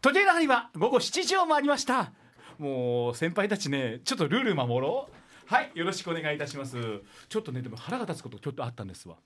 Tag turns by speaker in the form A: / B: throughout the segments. A: 時計の針は午後7時を回りましたもう先輩たちねちょっとルール守ろうはいよろしくお願いいたしますちょっとねでも腹が立つことちょっとあったんですわ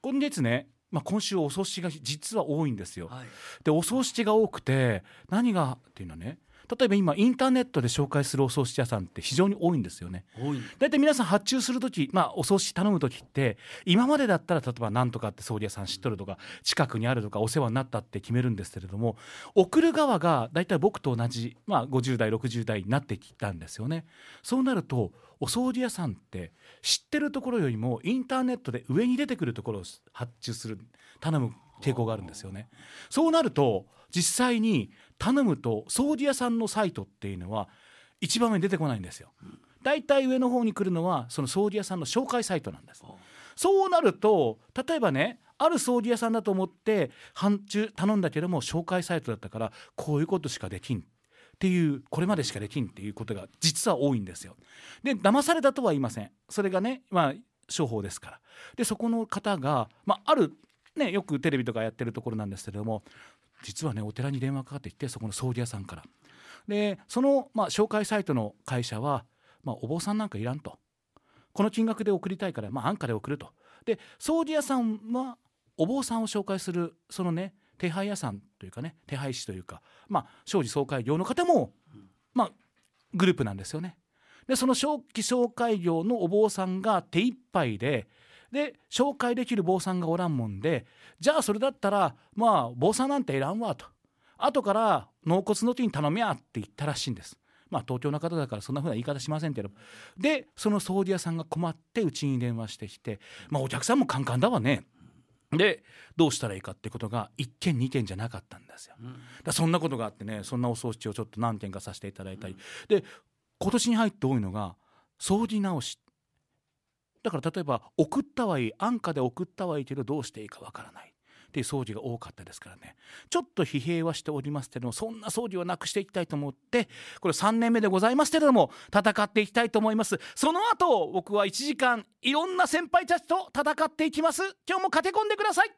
A: 今月ねまあ、今週お葬式が実は多いんですよ、
B: はい
A: でお葬式が多くて何がっていうのはね例えば今インターネットで紹介するお葬式屋さんって非常に多いんですよね
B: 多い
A: 大体皆さん発注する時、まあ、お葬式頼む時って今までだったら例えば何とかって葬儀屋さん知っとるとか近くにあるとかお世話になったって決めるんですけれども送る側が大体僕と同じ、まあ、50代60代になってきたんですよね。そうなるとお葬儀屋さんって知ってるところよりもインターネットで上に出てくるところを発注する頼む傾向があるんですよね。そうなると実際に頼むと葬儀屋さんのサイトっていうのは一番目に出てこないんですよ。大体上の方に来るのはその葬儀屋さんの紹介サイトなんです。そうなると例えばねある葬儀屋さんだと思って搬注頼んだけども紹介サイトだったからこういうことしかできんっていうこれまでしかできんっていうことが実は多いんですよ。で騙されたとは言いませんそれがねまあ商法ですから。でそこの方が、まあ、ある、ね、よくテレビとかやってるところなんですけれども実はねお寺に電話かかってきてそこの葬儀屋さんから。でその、まあ、紹介サイトの会社は、まあ、お坊さんなんかいらんとこの金額で送りたいから、まあ、安価で送るとで葬儀屋さんはお坊さんを紹介するそのね手配屋さんというかね手配師というか、まあ、庄司総会業の方も、まあ、グループなんですよね。でその正規紹介業のお坊さんが手一杯でで紹介できる坊さんがおらんもんでじゃあそれだったらまあ坊さんなんていらんわと後から納骨の時に頼みやって言ったらしいんです。まあ東京の方だからそんなふうな言い方しませんけどでその葬儀屋さんが困ってうちに電話してきてまあお客さんもカンカンだわねでどうしたらいいかってことが1件2件じゃなかったんですよ。だからそんなことがあってねそんなお葬式をちょっと何件かさせていただいたり、で今年に入って多いのが葬儀直しだから例えば送ったはいい安価で送ったはいいけどどうしていいかわからないっていう葬儀が多かったですからねちょっと疲弊はしておりますけれどもそんな葬儀をなくしていきたいと思ってこれ3年目でございますけれども戦っていきたいと思いますその後僕は1時間いろんな先輩たちと戦っていきます今日も駆け込んでください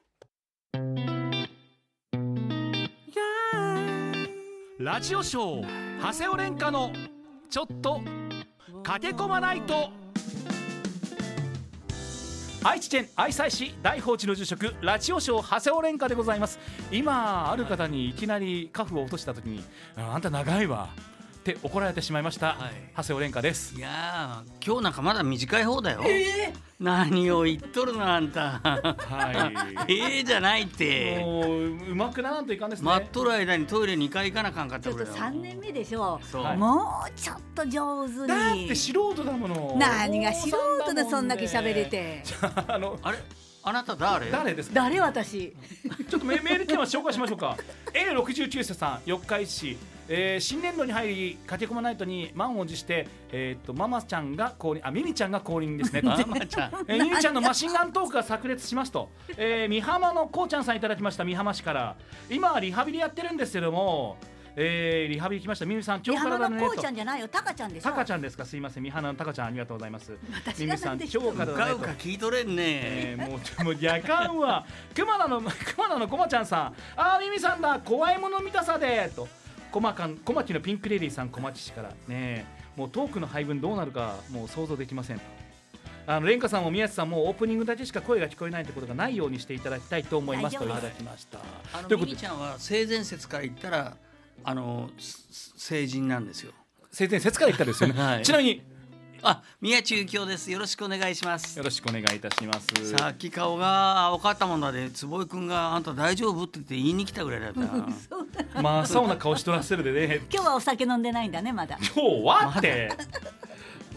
A: ラジオショー長谷尾廉歌のちょっと駆け込まないと愛知県愛西市大宝寺の住職ラジオショー長谷尾廉歌でございます今ある方にいきなりカフを落とした時にああんた長いわって怒られてしまいました、
B: はい
A: 長谷尾廉歌です
B: いやー今日なんかまだ短い方だよ、何を言っとるのあんた
A: はい
B: ええじゃ ないって
A: もううまくならんといかんですね
B: 待っとる間にトイレ2回行かなあかんかっ
C: ち
B: た
C: ょっ
B: ぐらい
C: と
B: だよ
C: 三年目でしょ
B: そう、
A: は
C: う。
A: い
C: もうちょっと上手
A: だっ
C: に
A: て。素人だもの
C: 何が素人でそんだけ喋れ
A: ね
C: て。
A: あの
B: あれあなた誰
A: 誰ですか
C: 誰私。
A: ちょっとメメールテーマ紹介しましょうか A69 世さん四日市市、えー新年度に入り駆け込まないとに満を持して、えーっとママちゃんが降臨あミミちゃんが降臨です ね
B: マ マちゃん
A: えー、ゆりちゃんのマシンガントークが炸裂しますと、えー、美浜のこうちゃんさんいただきました美浜市から今リハビリやってるんですけども、えーリハビリ来ましたみみさん今日から
C: 山
A: だ
C: 田
A: ね
C: のこうちゃんじゃないよ、タカちゃんでしょ。
A: タカちゃんですかすいません美浜のタカちゃんありがとうございます
C: 私
A: み
C: が
A: みさ
C: なんんで
A: 今
C: 知っ
A: 日
C: てる
A: か
B: う
A: らだ
B: か
A: ね
B: う
A: と
B: か聞いとれんね
A: えーもうちょもう 夜間は熊田の熊田のこまちゃんさんあーミミさんだ怖いもの見たさでとこまかんこまちのピンクレディーさんこまち氏からねえもうトークの配分どうなるかもう想像できませんあのレンカさんも宮地さんもオープニングだけしか声が聞こえないってことがないようにしていただきたいと思いますとい
C: 大丈夫
A: た
C: です
A: だきました
B: あの
A: という
B: ミ
A: こと
B: ミ
A: で
B: ちゃんは性善説から言ったらあのす成人なんですよ
A: 生前説から言ったんですよね、
B: はい
A: ちなみに
B: あ宮中京ですよろしくお願いします
A: よろしくお願いいたします
B: さっき顔が青かったもんだで坪井君が「あんた大丈夫?」って言って言いに来たぐらいだったな
A: まあそうな顔しとらせるでね
C: 今日はお酒飲んでないんだね、まだ。
A: 今日はって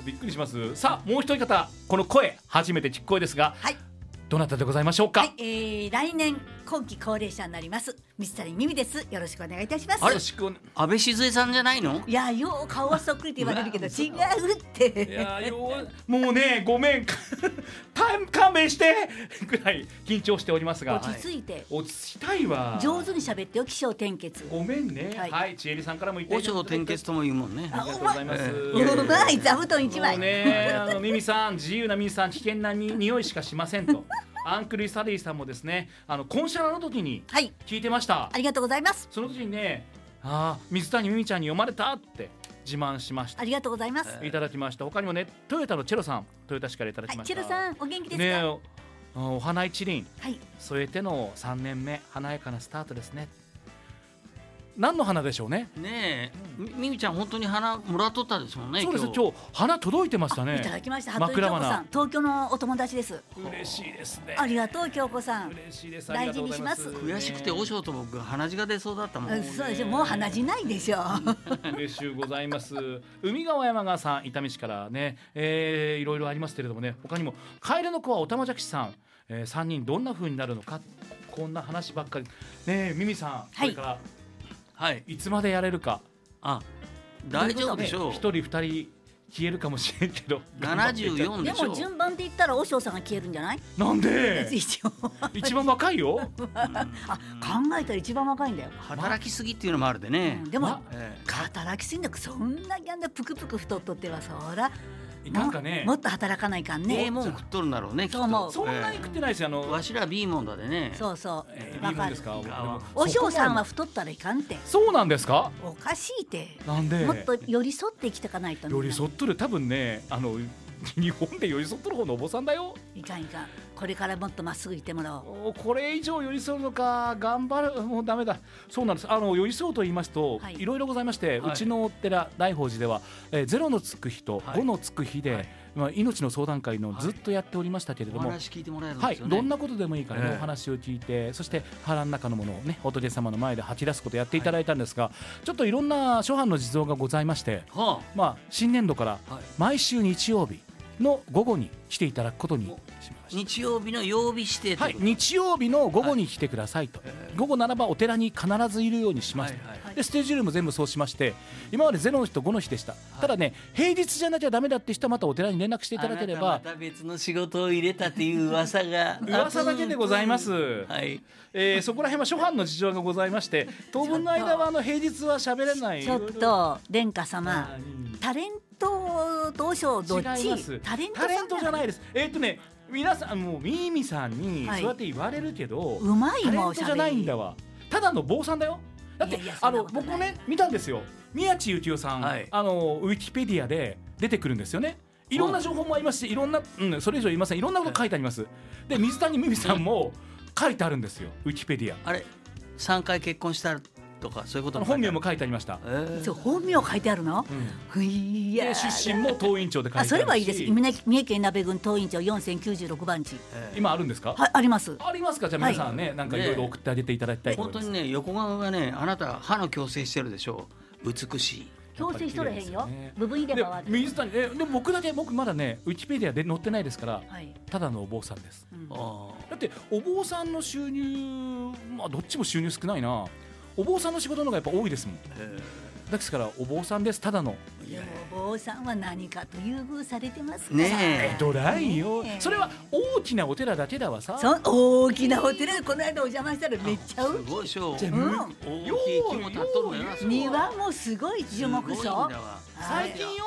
A: びっくりしますさあもう一人方この声初めて聞く声ですが、
C: はい
A: どなたでございましょうか、
C: はい、えー、来年後期高齢者になります。水谷美美です。よろしくお願いいたします。
A: よろしくおね
B: 安倍静江さんじゃないの
C: いや、よう顔はそっくりって言われるけど、違うっ
A: い
C: て。
A: やーよーもうねごめん タイム勘弁してぐらい緊張しておりますが
C: 落ち着いて、
A: 落ち着きたいわ
C: 上手に喋ってよ、気象転結。
A: ごめんねは、
C: はいい
A: 千恵里さんからも言って
B: 和尚転結とも言うもんね
A: ありがとうございます、
B: う
C: うまい、座布団一
A: も
C: 枚。
A: うね、あのミミさん、自由なミミさん、危険なに匂いしかしませんと。アンクルイサリーさんもですね、あのコンシャラの時に
C: はい、
A: 聞いてました。
C: ありがとうございます。
A: その時にねあー水谷美美ちゃんに読まれたって自慢しました
C: ありがとうございます。
B: え
A: いただきました他にもねトヨタのチェロさんトヨタ市からいただ
C: は
A: き
C: い、
A: まし
C: チ
A: た
C: ェロさん、お元気ですか。
A: ねえおお花一輪
C: はい、
A: 添えての3年目華やかなスタートですね何の花でしょうね
B: ねえ、みみみちゃん本当に花もらっとったですもんね。
A: そうです
B: 今日
A: 今日花届いてました
C: いただ
A: ね
C: きました。服
A: 枕
C: 部京
A: 花
C: 子さん、東京のお友達です。
A: 嬉しいですね
C: ありがとう京子さん。
A: 嬉しいです
C: 大事にします
A: ありがとうござい
B: 悔しくて和尚と僕が鼻血が出そうだったもん。
C: うんそうでしょ、もう鼻血ないでしょ。
A: 嬉しゅうございます海川山川さん伊丹市からね、えーいろいろありますけれどもね他にもカエルの子はおたまじゃきさん、えー、3人どんな風になるのかこんな話ばっかりねえミミさん、
C: はい
A: これから
B: はい。
A: いつまでやれるか
B: あ、大丈夫
A: ね
B: で
A: 一、
B: しょう。
A: 人二人消えるかもしれんけど
B: 七十
A: 頑張っていた
B: 四
C: で
B: でしょ
C: も順番で言ったら和尚さんが消えるんじゃない？
A: なんで
C: 一応。
A: 一番若いよ
C: あ、考えたら一番若いんだよ。
B: 働きすぎっていうのもあるでね
C: う。んでも
A: ま
B: ええ
C: 働きすぎなくそんなにあんなぷくぷく太っとってはそら。
A: いかんかね
C: ももっと働かないかん
B: ええ
C: ね。
B: もん食っとるんだろうね。きっ
C: そう思
B: と
C: う
A: そんなに食ってないですよあの
B: わしら B もんだでね。
C: そうそ
A: えー
C: う。
A: い
C: わ
A: いもん
C: か
A: で
C: る
A: す。か
B: いいか
A: でも
C: 和尚さんは
A: そこ
C: 太ったらいかんて。
A: までそうなんですか
C: おかしいて。
A: なんで
C: もっと寄り添って生きていかないとね
A: 寄り添っとる多分ねあの日本で寄り添っとる方のお坊さんだよ
C: いかんいかんこれからもっとまっすぐいてもらおう
A: おこれ以上寄り添うのか頑張るもうダメだそうなんですあの寄り添うと言いますと、
C: はい
A: い、ろいろございまして、
B: はいう
A: ちのお寺大宝寺では、えーゼロのつく日と
B: はい
A: 五のつく日で、
B: はい
A: まあ、命の相談会の
B: はい
A: ずっとやっておりましたけれ
B: お
A: ども、
B: 話聞いてもらえるん
A: は
B: で
A: い、
B: すよね。
A: どんなことでもいいからね、
B: ええ
A: お話を聞いてそして腹の中のものをね仏様の前で吐き出すことやっていただいたんですが、ちょっといろんな諸般の事情がございまして、
B: は
A: まあ、新年度から
B: あ。はい。
A: 毎週日曜日の午後に来ていただくことにしまし
B: 日曜日の曜日指定
A: た、はい、日曜日の午後に来てくださいと、午後ならばお寺に必ずいるようにしました、
B: はい
C: はい
A: でスケジュールも全部そうしまして今まで0の日と5の日でした、
B: い
A: ただね平日じゃなきゃダメだって人はまたお寺に連絡していただけれ
B: あな
A: ば
B: たまた別の仕事を入れたっていう噂が
A: 噂だけでございます
B: はい
A: えーそこら辺は諸般の事情がございまして当分の間はあの平日は喋れない
C: ちょ
A: い
C: っ
A: ろいろ
C: と殿下様タレントと和尚どっ
A: 違います
C: ちタレント
A: タレントじ
C: さ
A: ゃ
C: ん
A: ない
C: い
A: ですえーっとね皆さんもうみーみさんに
C: はい
A: そうやって言われるけど、
C: うまい
A: タレ
C: も
A: ン
C: ん
A: トじゃないんだわただの坊さんだよだって
C: いやいやそ
A: あ
C: んな
A: の
C: ことない
A: 僕ね見たんですよ宮地幸雄さん、
B: はい
A: あのウィキペディアで出てくるんですよねいろんな情報もありますしいろんな、うん、それ以上言いませんいろんなこと書いてありますで水谷美美さんも書いてあるんですよウィキペディア
B: あれ三回結婚したとかそういうこ
A: あ
B: と
A: の本名も書いてありました、
B: えー
C: そう本名書いてあるの
A: うん
C: いや
A: で出身も党員長で書いてあ
C: あ
A: るし
C: それはいいです三重三重県鍋郡東院町4096番地
B: えー
A: 今あるんですか、
C: はいあります
A: ありますかじゃあ皆さんね、なんかいろいろ送ってあげていただきたいと
B: 本
A: 思い
B: 当
A: ます、
B: にね横顔がねあなた歯の矯正してるでしょう美しい
C: 強制しとれへ
A: や
C: ん
A: っ
C: よ
A: ぱり綺麗ですよね
C: 部分入れ
A: で
C: 歯はある
A: 水谷えでも僕だけ僕まだねウィキペディアで載ってないですから
C: はい
A: ただのお坊さんです
C: うん
B: あ
A: だってお坊さんの収入まあどっちも収入少ないなお坊さんの仕事の方がやっぱ多いですもん
B: ーえ
A: ですからお坊さんですただの
B: ーい
C: で
B: や
C: も坊さんは何かと優遇されてますから
B: ねえ
A: ドライよ
C: ねえ
A: それは大きなお寺だけだわさ
C: そ大きなお寺でこの間お邪魔したらめっちゃ
B: す
C: う
B: ごいでしょう
A: じゃあ
B: 大
A: む
C: うん
B: きい木も立っとるのよな
A: よ
B: あ
A: う
B: そこ
C: 庭もすごい
B: す
C: 樹
B: ごい
C: 木
B: んだ
C: 層
B: わ
A: 最近よ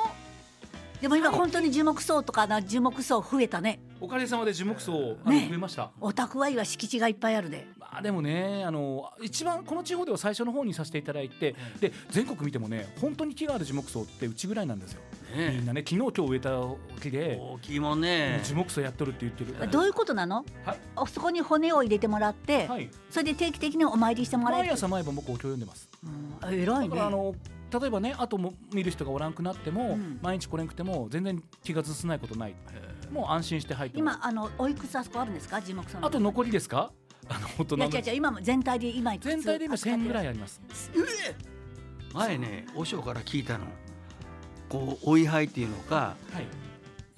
C: でも今本当に樹木層とかな樹木層増えたね
A: おかげさまで樹木葬あの
C: ねえ
A: 増えました
C: お宅は今敷地がいっぱいあるで
A: まあでもねあの一番この地方では最初の方にさせていただいてで全国見てもね本当に木がある樹木葬ってうちぐらいなんですよみん
B: ね
A: なね昨日今日植えた木
B: え
A: で
B: 大きいもんね
A: 樹木葬やっとるって言ってる
C: どういうことなの
A: はい
C: おそこに骨を入れてもらって
A: はい
C: それで定期的にお参りしてもらえ
A: 毎
C: る
A: 朝毎晩僕お経読んでます
C: うんあ偉い
A: だか
C: ね
A: らあの例えばねあとも見る人がおらんくなっても、
C: うん
A: 毎日来れんくても全然気がずさないことない
B: えー
A: もう安心して入ってます
C: 今あのおいくつあそこあるんですか樹木層の
A: あと残りですか あの大人
C: いや
A: の
C: 違う違う今も全体で今いくつ
A: 全体で今
C: 扱って
A: 1000
C: る
A: ぐらいあります
B: 前ね和尚から聞いたのこうお位牌っていうのか
A: はい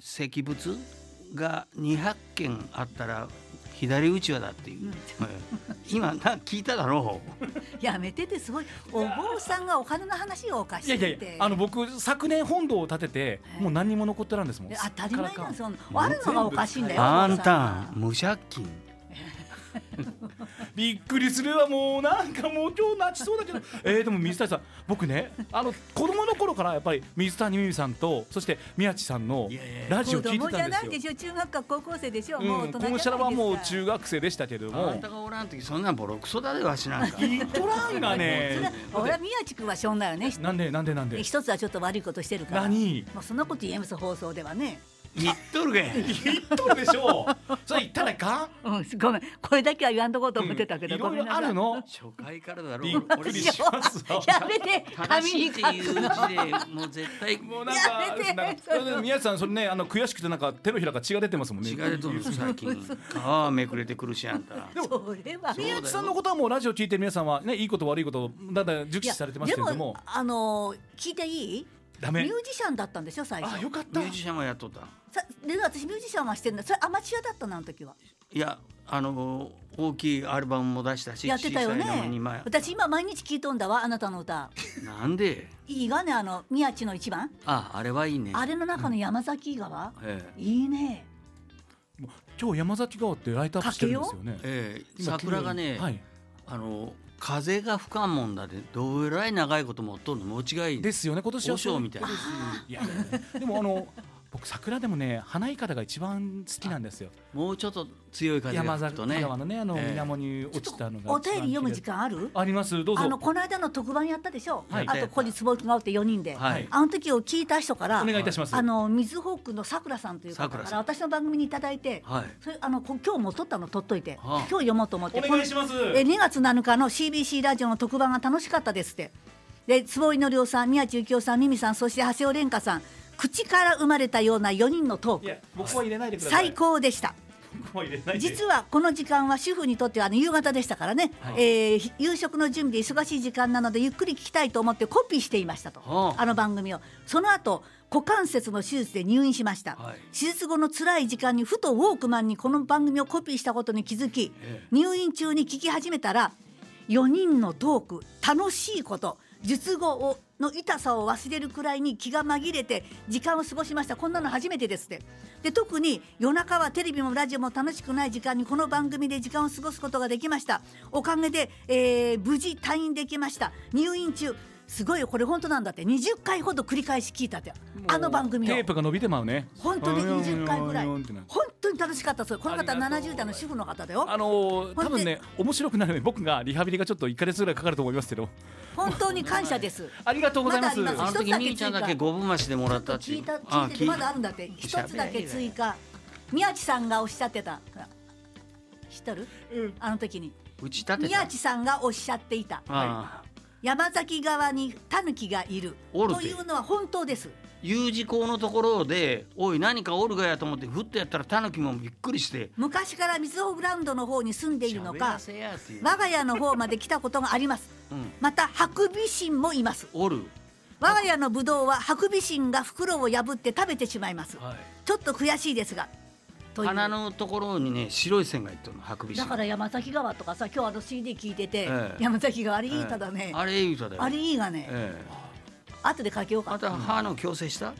B: 石仏が200件あったら左打ちはだっていう、
C: うん
B: 今な聞いただろう
C: やめててすごいお坊さんがお金の話をおかし
A: いやいや
C: いっ
A: いや
C: て
A: あの僕昨年本堂を建てて
C: はい
A: もう何にも残ってらんですもん
C: で当たり前
A: すっからか
C: なん
A: ん
C: そのあるのがおかしいんだよ
B: あん
C: お坊さ
B: た
C: ん
B: 無借金
A: びっくりするわもうなんかもう今日泣きそうだけど えーでも水谷さん僕ねあの子供の頃からやっぱり水谷美美さんとそして宮地さんの
B: いやいやいや
A: ラジオ聞
C: 子
A: いて
C: 供じ
A: た
C: ゃ
A: ん
C: ない
A: で
C: です
A: よ。
C: しょ中学校高校生でしょ、
A: うん、
C: もう大人
A: この
C: じ
A: シ
C: ゃ
A: ャラ
C: な
A: はいもう
C: ですか
A: 中学生でしたけど
B: あ
A: も
B: んたがおらん時そんなんボロクソだでわしなんか
A: トランがね
C: ら俺は宮地君はしょんだよね
A: なんでなんで なんで
C: 一つはちょっと悪いことしてるから
A: 何
C: もうそんなこと言えます放送ではね
B: 言っとるがや
A: 言っとるでしょうそれ言ったらいかん
C: うんごめんこれだけは言わんとこうと思ってたけど、
A: うんい
C: ご
A: ろ
C: め
A: い
C: んな
A: ろ
C: さ
A: あ
C: い
A: るの
B: 初回からだろ
A: びっくりしますわ
C: やめて
B: 正
C: 紙
B: しい
C: に
B: って
C: 書
B: いう字
C: く
B: で
C: の
B: もう絶対
A: もうなんか
C: やめて
A: なんか それで宮地さんそれねあの悔しくてなんか手のひらから血が出てますもんね
B: 違うとる最近ああめくれてくるしあんた
A: でも
C: それは
B: うだよ
A: 宮地さんのことはもうラジオ聞いてる皆さんはねいいこと悪いことだんだん熟知されてますけれども
C: でもあの聞いていい
A: ダ
C: ミュ
A: メ
C: ージシャンだったんでしょ最
A: あ
C: 初
A: よかった
B: ミュージシャンもやっとった
C: さで私ミュージシャンはしてるんだそれアマチュアだったなあの時はい
B: やあの大きいアルバムも出したし
C: やってたよね
B: 小さいのも二枚あった
C: 私今毎日聞いとんだわあなたの歌
B: なんで
C: いいがねあの宮地の一番
B: ああれはいいね
C: あれの中の山崎川、
B: え
C: いいね
A: 今日山崎川ってライトアップしてるんですよね
B: えええ
A: 今
B: 桜がね、
A: はい、
B: あの風が吹かんもんだでどえらい長いこともっとんの持ちがいい
A: ですよね今年は
B: 和尚みたいな
A: そういやいやいやでもあの僕桜でもね花いかだが一番好きなんですよ
B: もうちょっと強い風が
A: 山
B: 吹く
A: 崎
B: とね
A: 川のねあの
B: ええ
A: 水面に落ちたのが
C: お便り読む時間ある
A: ありますどうぞ
C: あのこの間の特番やったでしょ、
A: はい
C: あとここに坪井君がおって4人で、
B: は
A: はいい、
C: あの時を聞いた人から
A: お願いいたします
C: あの水穂区のさくらさんという方
B: さく
C: からら
B: さん
C: 私の番組にいただいて、
B: はい
C: それあのこ今日も撮ったの撮っといて、
B: あ
C: 今日読もうと思って
A: お願いします
C: このえ2月7日の CBC ラジオの特番が楽しかったですってで坪井のりょうさん宮地幸雄さんミミさんそして長谷尾廉歌さん口から生まれたような4人のト
A: い
C: ー
A: や
C: ク
A: 僕は入れないでください
C: 最高でした。
A: 僕は入れないで
C: 実はこの時間は主婦にとってはあの夕方でしたからね、
B: はい
C: えーひ夕食の準備で忙しい時間なのでゆっくり聞きたいと思ってコピーしていましたと、
B: はあ
C: あの番組をその後股関節の手術で入院しました、
B: はい
C: 手術後の辛い時間にふとウォークマンにこの番組をコピーしたことに気づき、
B: ええ
C: 入院中に聞き始めたら4人のトーク楽しいこと術後をの痛さを忘れるくらいに気が紛れて時間を過ごしましたこんなの初めてですってで特に夜中はテレビもラジオも楽しくない時間にこの番組で時間を過ごすことができましたおかげで、えー無事退院できました入院中すごいよこれ本当なんだって20回ほど繰り返し聞いたってあの番組を
A: テープが伸びてまうね
C: 本当に20回ぐらい
A: うんうん
C: 本
A: うんうんって
C: 当に楽しかったそうこの方
A: ありがとう
C: 70代の主婦の方だよ
A: あのー
C: ほんで
A: 多分ね面白くなるね僕がリハビリがちょっと1か月ぐらいかかると思いますけど
C: 本当に感謝です
A: ありがとうございます
C: まだあり
B: あ
C: ま
B: の
C: す一つだけ
B: 時みーちゃんだけ五分増しでもらったってい
C: 聞いうた
B: あ
C: 聞いててまだあるんだって一つだけ追加宮地さんがおっしゃってた知っとる
A: うん
C: あの時に
B: 打ち立て
C: 宮
B: た
C: 地さんがおっしゃっていた
B: ああ
C: 山崎側にタヌキがいる
B: おるて
C: というのは本当です
B: U 字工のところでおい何かおるがやと思ってふっとやったらタヌキもびっくりして
C: 昔から水穂グラウンドの方に住んでいるの
B: 喋ら
C: か
B: せやっていう
C: 我が家の方まで来たことがあります
B: うん
C: またハクビシンもいます
B: おる
C: 我が家のブドウはハクビシンが袋を破って食べてしまいますちょっと悔しいですがという
B: 鼻のところにね白い線がいっとるのハクビシ
C: だ
B: ン
C: から山崎川とかさ今日あの CD 聞いてて、
B: ええ
C: 山崎川あれい
B: え
C: い
B: え
C: 歌だね、
B: あれいい歌だよ
C: あれいいがね、
B: ええ
C: 後で書けようか
B: あとは歯の矯正した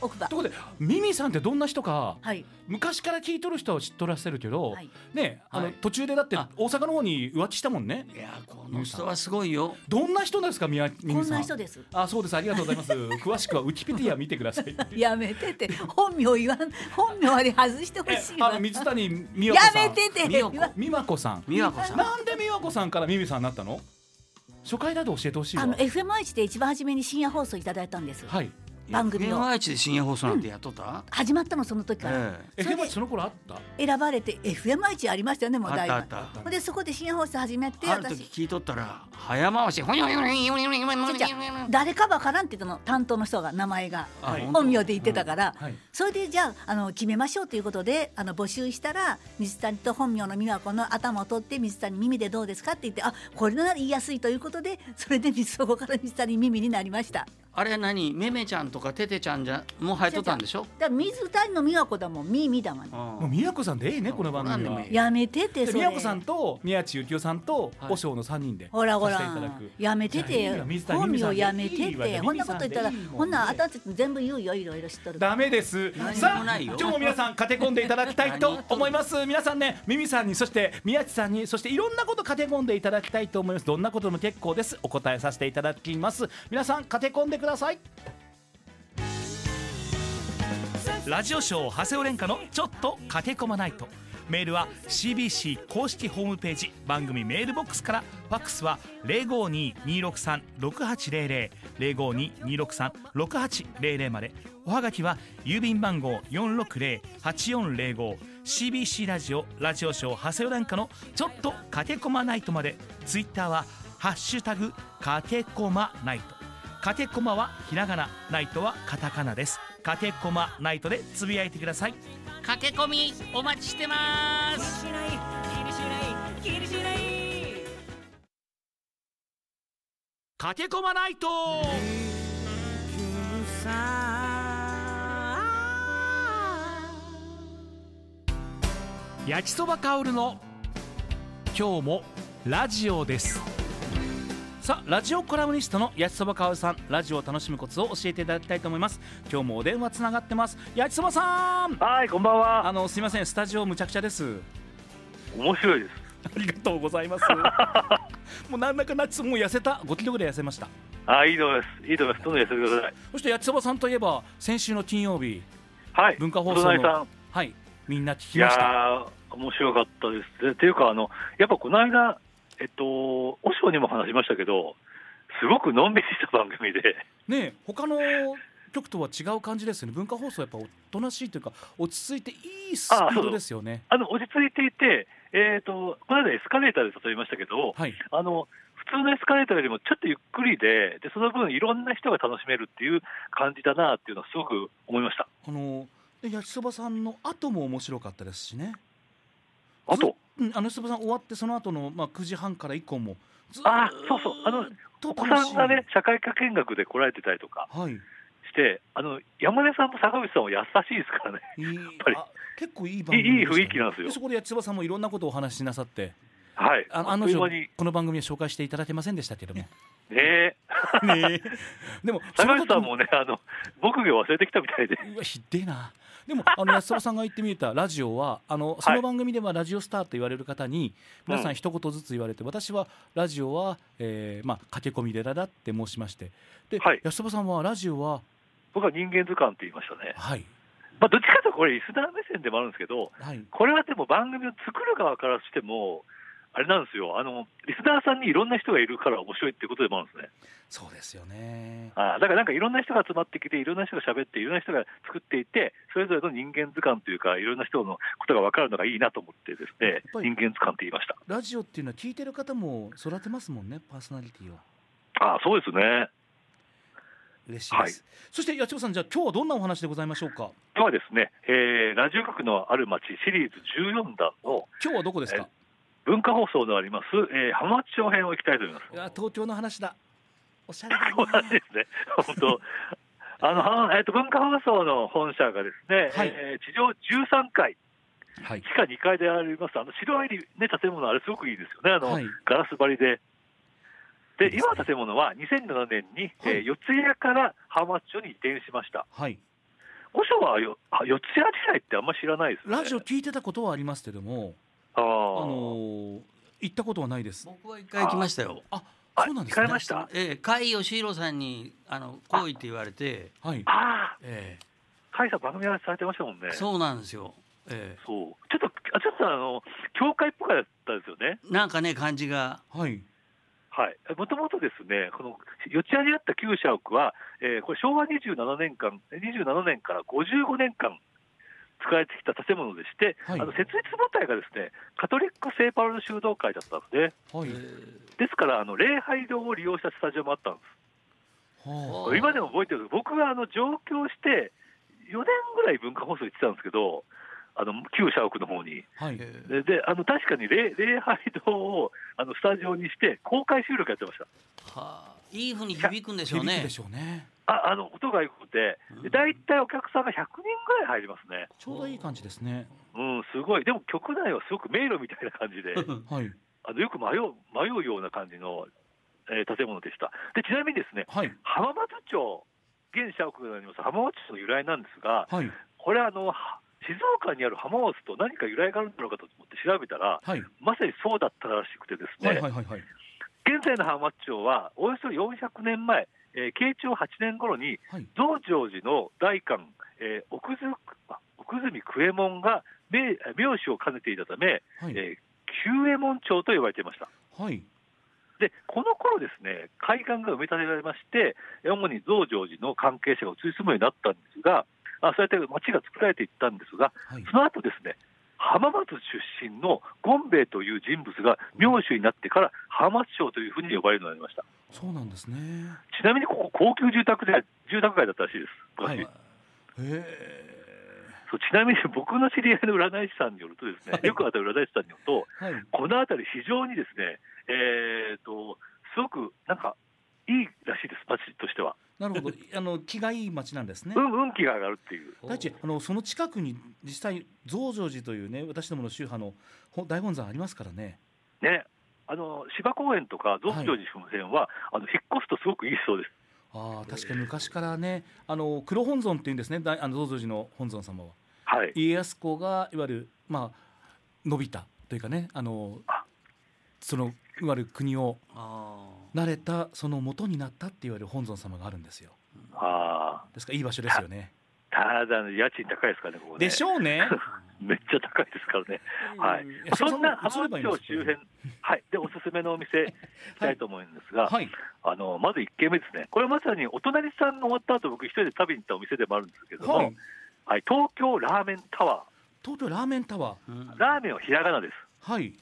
C: 奥歯
A: ということでミミさんってどんな人か
C: はい
A: 昔から聞いとる人は知っとらっしゃるけど、
C: はい
A: ねあの、
B: はい
A: 途中でだって
B: あ
A: 大阪の方に浮気したもんね
B: いやこの人はすごいよ
A: どんな人なんですか宮ミミ
C: こん
A: さん
C: な人です
A: あそうですありがとうございます詳しくはウィキペディア見てください
C: やめてて本名言わん本名はね外してほ
A: え
C: しい
A: あ
C: わ
A: の
C: や
A: 水谷美和子さん
C: めてて
B: 美代子
C: 言わ
A: 美和子さん
B: 美和子さん
A: なんで美和子さんからミミさんになったの初回だと教えてほしいわ
C: あの FMH で一番初めに深夜放送いただいたんです、
A: はい
C: 番組を
B: FMH で深夜放送なんてやっとった、
C: 始まったのその時から、
B: え
A: え
C: それ
A: で
C: で
A: もその頃あった
C: 選ばれて FMH ありましたよね
B: え
C: もう
B: あっ
C: だいぶ
B: たあった
C: ほんでそこで深夜放送始めて
B: ある時
C: 私
B: 聞いとったら早回しほにょほにょほにょほにょほにょほにょほにょほにょほにょ
C: 誰かわからんって言ったの担当の人が名前が
B: あ
A: はい
B: ほんと
C: 本名で言ってたから、
A: はい
C: それでじゃああの決めましょうということであの募集したら水谷と本名の美和子の頭を取って水谷耳でどうですかって言ってあこれなら言いやすいということでそれで水底から水谷耳になりました
B: あれ何めめちゃんとかててちゃんじゃもう入っとったんでしょ
C: だから水谷の美和子だもん耳だもん
A: もう美和子さんでええねこの番組
B: なんでも
A: はい
B: い
C: やめてて
A: で
C: それ
A: 宮子さんと宮地幸雄さんと
B: はい
A: 和尚の三人で
C: ほらほら
A: せていただ
C: ら
A: く。
C: やめて
A: いやい
C: て
A: いよ水谷
C: 本
A: 由美さ
C: 名
A: ん
C: やめて
A: いいわ
C: てこんなこと言ったら
A: 由美さんでいいもん
C: こんなん私たち全部言うよいろいろ知っとるから
A: ダメです
B: 何。に
A: さ
B: も
A: あ、
B: ないよ
A: 今日も皆さん駆け込んでいただきたい と思います。皆さんね、ミミさんに、そして宮地さんに、そしていろんなこと駆け込んでいただきたいと思います。どんなことでも結構です。お答えさせていただきます。皆さん駆け込んでください。ラジオショー長谷尾廉歌のちょっと駆け込まないとメールは CBC 公式ホームページ番組メールボックスからファックスは0522636800 0522636800までおはがきは郵便番号 460-8405CBC ラジオラジオショー長谷尾廉歌のちょっと駆け込まないとまでツイッターはハッシュタグ駆け込まないとカテコマはひらがなナイトはカタカナですカテコマナイトでつぶやいてください
B: 駆け込みお待ちしてます
A: カテコマナイト焼きそばかおるの今日もラジオですさあラジオコラムニストの八千そばかおるさんラジオを楽しむコツを教えていただきたいと思います今日もお電話つながってます八千そばさん
D: はい、こんばんは。
A: あのすいませんスタジオむちゃくちゃです
D: 面白いです。
A: ありがとうございますもうなんだかなっつもう痩せた5キロぐらい痩せました
D: あ、いいと思います。いいと思います。どんどんやってください。
A: そして八千そばさんといえば先週の金曜日
D: はい。
A: 文化放送
D: お隣さ
A: の
D: ん。
A: はいみんな聞
D: い
A: きま
D: や
A: した
D: ー、面白かったです。で、ていうか、あの、やっぱこの間、えっと、おしょにも話しましたけど。すごくのんびりした番組で。
A: ねえ他の局とは違う感じですよね文化放送やっぱおとなしいというか落ち着いていいスピードですよね
D: あの、落ち着いていて、えっ、と、この間エスカレーターで例えましたけど。
A: はい
D: あの。普通のエスカレーターよりもちょっとゆっくりで、でその分、いろんな人が楽しめるっていう感じだなっていうのは、すごく思いました。
A: あので焼きそばさんの後も面白かったですしねず
D: あ
A: っ
D: と、
A: うんあの焼きそばさん終わってその後のまあ9時半から以降もずー
D: あそうそうあの
A: っと
D: お子
A: 楽
D: さ
A: し
D: ん
A: い
D: がね、社会科見学で来られてたりとか、
A: はい
D: して、あの山根さんも坂口さんも優しいです からね、
A: いい
D: ぱり
A: あ結構いい番
D: いい
A: 組
D: い
A: で
D: い
A: したね
D: 雰囲気なんですよ
A: そこで八千葉さんもいろんなことをお話しなさって
D: はい、
A: ああ
D: っ
A: の
D: という
A: 女
D: 間に、
A: この番組は紹介していただけませんでしたけれども
D: ね、
A: ねえでも そ
D: 坂
A: の
D: 口さ
A: 時
D: ん
A: も
D: もね、あの牧魚忘れてきたみたいで、
A: うわひでえなでもあの八千葉さんが言ってみえたラジオはあのその番組ではラジオスターと言われる方に皆さ
D: うんん
A: 一言ずつ言われて、私はラジオは、えーまあ、駆け込み寺だって申しましてで、
D: はい
A: 八千葉さんはラジオは
D: 僕は人間図鑑って言いましたね、
A: はい
D: まあ、どっちかというとこれ、リスナー目線でもあるんですけど、
A: はい
D: これはでも番組を作る側からしても、あれなんですよあの、リスナーさんにいろんな人がいるから面白いってことでもあるんですね。
A: そうですよね
D: あーだからなんかいろんな人が集まってきて、いろんな人が喋って、いろんな人が作っていて、それぞれの人間図鑑というか、いろんな人のことが分かるのがいいなと思ってですね
A: やっぱ、り
D: 人間図鑑って言いました。
A: ラジオっていうのは聞いてる方も育てますもんねパーソナリティを
D: あーそうですね。
A: 嬉しいです、
D: はい
A: そして八千葉さんじゃあ今日はどんなお話でございましょうか
D: 今日はですね、えーラジオ局のある町シリーズ14弾の
A: 今日はどこですか
D: 文化放送のあります、えー、浜松町編を行きたいと思います。
A: いや東京の話だおしゃれだ
D: そうなん
A: ね
D: ですね。本当。あの、はえっと、文化放送の本社がですね、
A: はい
D: えー地上13階、
A: はい
D: 地下2階であります、あの、白入りね、建物、あれすごくいいですよね。あの、
A: はい
D: ガラス張りで。で
A: いいですね
D: 今の建物は2007年に、
A: はい
D: えー四谷から浜松町に移転しました。
A: はい
D: 古書はよあ四谷時代ってあんま知らないですね。
A: ラジオ聞いてたことはありますけども
D: あ
A: あ
D: ー
A: のー行ったことはないです
B: 僕は一回来ましたよ
A: あ
D: あ
A: そうなんです
D: 行か
A: ね
D: れました
B: ええ甲斐義弘さんにあの来いって言われて
A: はい
D: ああ、
B: ええ
D: 甲斐さん番組やらされてましたもんね。そう。
B: そうなんですよえ
D: ちょっとあちょっとあの教会っぽかったですよね。
B: えなんかね感じが
A: はい
D: はい。もともとですね、この四谷にあった旧社屋は、えーこれ昭和27年間、27年から55年間使われてきた建物でして、
A: はい
D: あの設立母体がですね、カトリック聖パウロ修道会だったので、
A: はい
B: え
D: ですからあの礼拝堂を利用したスタジオもあったんです。
A: は
B: あー
D: 今でも覚えてるんですけど僕があの上京して4年ぐらい文化放送行ってたんですけど、あの旧社屋の方に。
A: あはい
B: えええ
D: でであの確かに礼礼拝堂をあのスタジオにして公開収録やってました。
B: はあいいふうに響くんでしょう
A: 響く
B: ね
A: でしょうね
D: ああの音が良くて、
B: うん
D: で大体お客さんが100人ぐらい入りますね、
A: ちょうどいい感じですね
D: うん、すごい、でも 局内はすごく迷路みたいな感じで、
A: はい
D: あのよく迷う迷うような感じのえー建物でした。でちなみにですね
A: はい
D: 浜松町現社屋があります浜松町の由来なんですが、
A: はい
D: これあのは静岡にある浜松と何か由来があるんだろうかと思って調べたら、
A: はい
D: まさにそうだったらしくてですね、
A: はいはいはいはい
D: 現在の浜松町はおよそ400年前、えー慶長8年頃に
A: はい
D: 増上寺の代官、えー奥住あ奥住九右衛門が名名士を兼ねていたため、
A: はい
D: えー九右衛門町と呼ばれていました。
A: はい
D: でこの頃ですね海岸が埋め立てられまして、主に増上寺の関係者が移り住むようになったんですが、あそうやって町が作られていったんですが、
A: はい
D: その後ですね、浜松出身のゴンベイという人物が名手になってから浜松町というふうに呼ばれるようになりました。
A: そうなんですね
D: ちなみにここ高級住宅で住宅街だったらしいです。
A: はい
D: 昔
A: へえ
D: そうちなみに僕の知り合いの占い師さんによるとですね、よくあたる占い師さんによると、
A: はい
D: この辺り非常にですね、えー、とすごくなんかいいらしいです、町としては。
A: なるほ どあの気がいい町なんですね
D: うん、運気が上がるっていう。
A: 大地あのその近くに実際増上寺というね私どもの宗派のほ大本山ありますからね
D: ね。あの芝公園とか増上寺周辺は、あの引っ越すとすごくいいそうです。
A: ああ確かに昔からねあの黒本尊っていうんですねだいあの増上寺の本尊様は
D: はい。
A: 家康公がいわゆるまあ伸びたというかねあの
D: あ
A: そのいわゆる国を
B: あ
A: 慣れたその元になったって言われる本尊様があるんですよ
D: ああ、
A: ですからいい場所ですよね
D: ただ家賃高いですからね、ここね。
A: でしょうね
D: めっちゃ高いですからね。
B: ー
D: はい
B: うん
A: や
D: そんな
A: そ
D: 浜
A: れも
D: 松
A: 移ればいいんですけ
D: 町周
A: ど
D: 辺、 はい、でおすすめのお店、行きたいと思うんですが、
A: はい
D: あのまず1軒目ですね、これまさにお隣さんが終わった後僕、一人で食べに行ったお店でもあるんですけども、
A: は
D: はいい東京ラーメンタワ
A: 東京ラーメンタワ
D: ー、ラーメンはひらがなです。
A: ーはい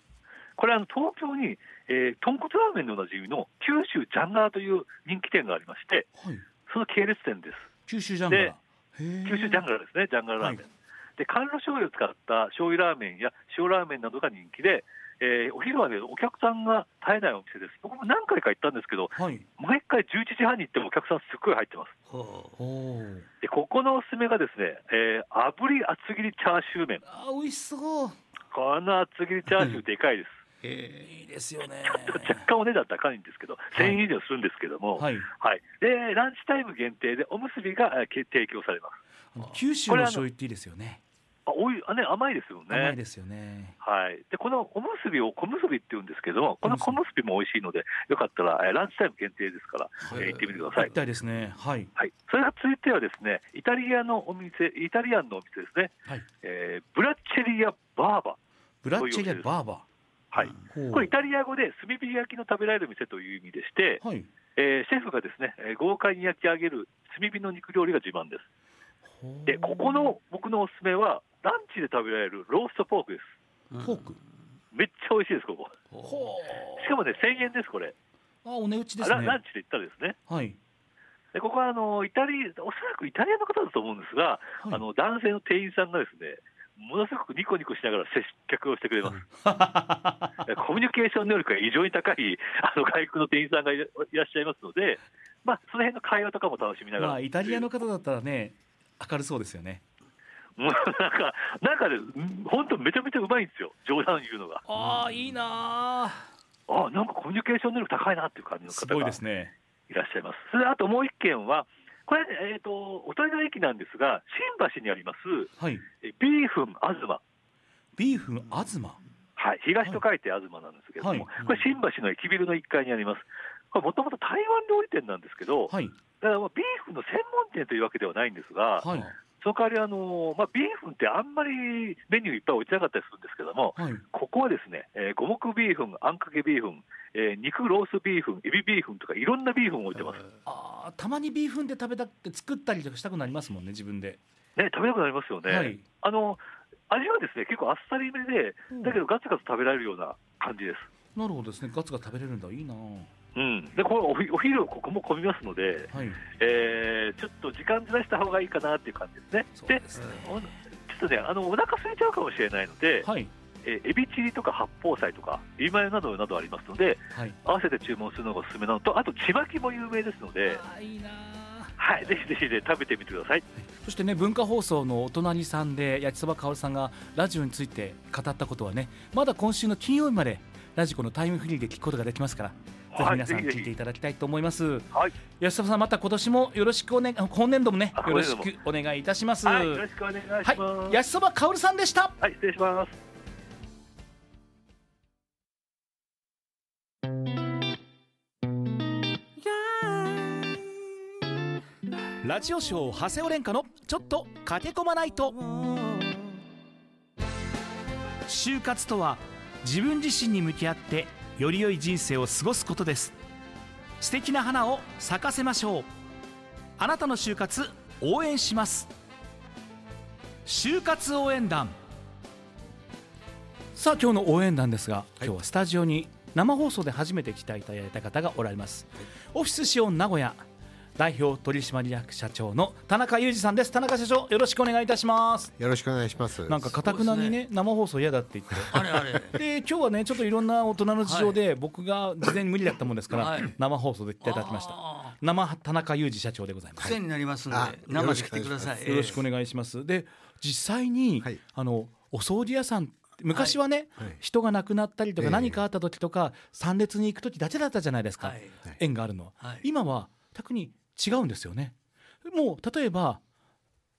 D: これあの東京に、えー、豚骨ラーメンのおなじみの九州ジャンガーという人気店がありまして、
A: はい
D: その系列店です。
A: 九州ジャンガラ
D: で九州ジャンガラですね、ジャンガララーメン。
A: はい
D: で、甘露醤油を使った醤油ラーメンや塩ラーメンなどが人気で、えーお昼はね、お客さんが絶えないお店です。僕も何回か行ったんですけど、
A: はい
D: 毎回11時半に行ってもお客さんすっごい入ってます。
B: ほう
A: おお
D: で、ここのおすすめがですね、えー炙り厚切りチャーシュー麺。
A: あー美味しそう
D: この厚切りチャーシューでかいです。
B: え
A: いいですよね
D: 若干お値段高いんですけど、
A: い
D: 1000円以上するんですけども、
A: はい
D: はい、でランチタイム限定でおむすびがえーけ提供されます。
A: あの九州の醤油っていいですよね
D: あおいあね、甘いですよ
A: 甘
D: ね
A: いですよね
D: はい、でこのおむすびを小むすびって言うんですけども、この
A: 小
D: 小
A: む
D: むすびも美味しいので、よかったらえーランチタイム限定ですから、
B: はい
D: えー行ってみてくださ
A: 行
D: い
A: き。たいですねはい
D: はい、それが続いてはですね、イタリアのお店、イタリアンのお店ですね、
A: はい
D: えーブラッチェリアバーバ。
A: ブラッチェリアバーバ
D: はい、
A: ー
D: これイタリア語で炭火焼きの食べられる店という意味でして、
A: ほうはい
D: えーシェフがですね、えー豪快に焼き上げる炭火の肉料理が自慢です。
A: ほう
D: でここの僕のおすすめはランチで食べられるローストポークです
B: ー
A: フォーク
D: めっちゃ美味しいですここ
A: ほ
D: しかもね1000円ですこれ
A: うあお値打ちです
D: ララ
A: ね
D: ンチで行ったらですね
A: はい
D: でここはあのイタリおそらくイタリアの方だと思うんですが、
A: はい
D: あの男性の店員さんがですねものすごくニコニコしながら接客をしてく れます、コミュニケーション能力が異常に高いあの外国の店員さんがいらいらっしゃいますので、まあ、その辺の会話とかも楽しみな
A: まあ
D: がら、
A: イタリアの方だったらね明るそうですよね
D: もうなんか、なんかね、本当、めちゃめちゃうまいんですよ、冗談言うのが、
A: ああいいな
D: あなんかコミュニケーション能力高いなっていう感じの
A: す
D: 方
A: ごい
D: が
A: ですね
D: いらっしゃいます。それであともう一軒は、これ、えー、とお隣の駅なんですが、新橋にあります、
A: はい
D: えビーフン東、
A: ビーフン東
D: はい、東と書いて東なんですけれども、
B: はい
D: これ、新橋の駅ビルの1階にあります。これもともと台湾料理店なんですけど、
A: はい
D: だからもうビーフンの専門店というわけではないんですが、
A: はい
D: その代わりあの、まあ、ビーフンってあんまりメニューいっぱい置いてなかったりするんですけども、
A: はい
D: ここはですね、えー、五目ビーフン、あんかけビーフン、えー肉ロースビーフン、エビビーフンとかいろんなビーフンを置いてます。
A: あーたまにビーフンで食べたくて作ったりとかしたくなりますもんね自分で
D: ね、食べたくなりますよね。
A: はい
D: あの味はですね結構あっさりめで、だけどガツガツ食べられるような感じです。
A: なるほどですねガツガツ食べれるんだいいな
D: うん、でこれおひお昼ここも混みますので、
A: はい
D: えーちょっと時間ずらした方がいいかなっていう感じですね。
A: そう
D: で
A: ですね
D: おちょっとねあのお腹空いちゃうかもしれないので、
A: はい
D: えーエビチリとか八宝菜とかエビマヨなどなどありますので
A: はい
D: 合わせて注文するのがおすすめなのとあとちまきも有名ですので。
A: あーいいな
D: はい、ぜひぜひで食べてみてください。
A: そしてね文化放送のお隣さんで焼きそばかおるさんがラジオについて語ったことはねまだ今週の金曜日までラジコのタイムフリーで聞くことができますからぜひ皆さん
D: はいぜひぜひ
A: 聞いていただきたいと思います。
D: はい、
A: 安田さんまた今年もよろしくお願い今年度もね
D: あ
A: よろし
D: 今
A: くお願いいたします。
D: はい、よろしくお願いします。
A: は、
D: はいい、
A: 安そばかおるさんでした。
D: 失礼します。
A: ラジオショー長谷尾廉歌のちょっと駆け込まないと就活とは自分自身に向き合ってより良い人生を過ごすことです素敵な花を咲かせましょうあなたの就活応援します就活応援団さあ今日の応援団ですが、今日はスタジオに生放送で初めて来ていただいた方がおられます、オフィスシオン名古屋代表取締役社長の田中裕二さんです田中社長よろしくお願いいたします
E: よろしくお願いします。
A: なんかかたくなにね生放送嫌だって言って
B: あ れあれ
A: で今日はねちょっといろんな大人の事情で僕が事前に無理だったもんですから、
B: はい
A: 生放送でいただきました
B: た
A: 生田中裕二社長でございます、
B: 癖になりますの
E: あ
B: で生で来てください
A: よろしくお
B: ね
A: 願いしますで実際に、
E: はい
A: あのお掃除屋さん昔はね、
E: はいはい
A: 人が亡くなったりとか、
E: ええ
A: 何かあった時とか参列に行く時だけだったじゃないですか、
B: はい
A: 縁があるのは、
B: はい
A: 今は特に違うんですよねもう例えば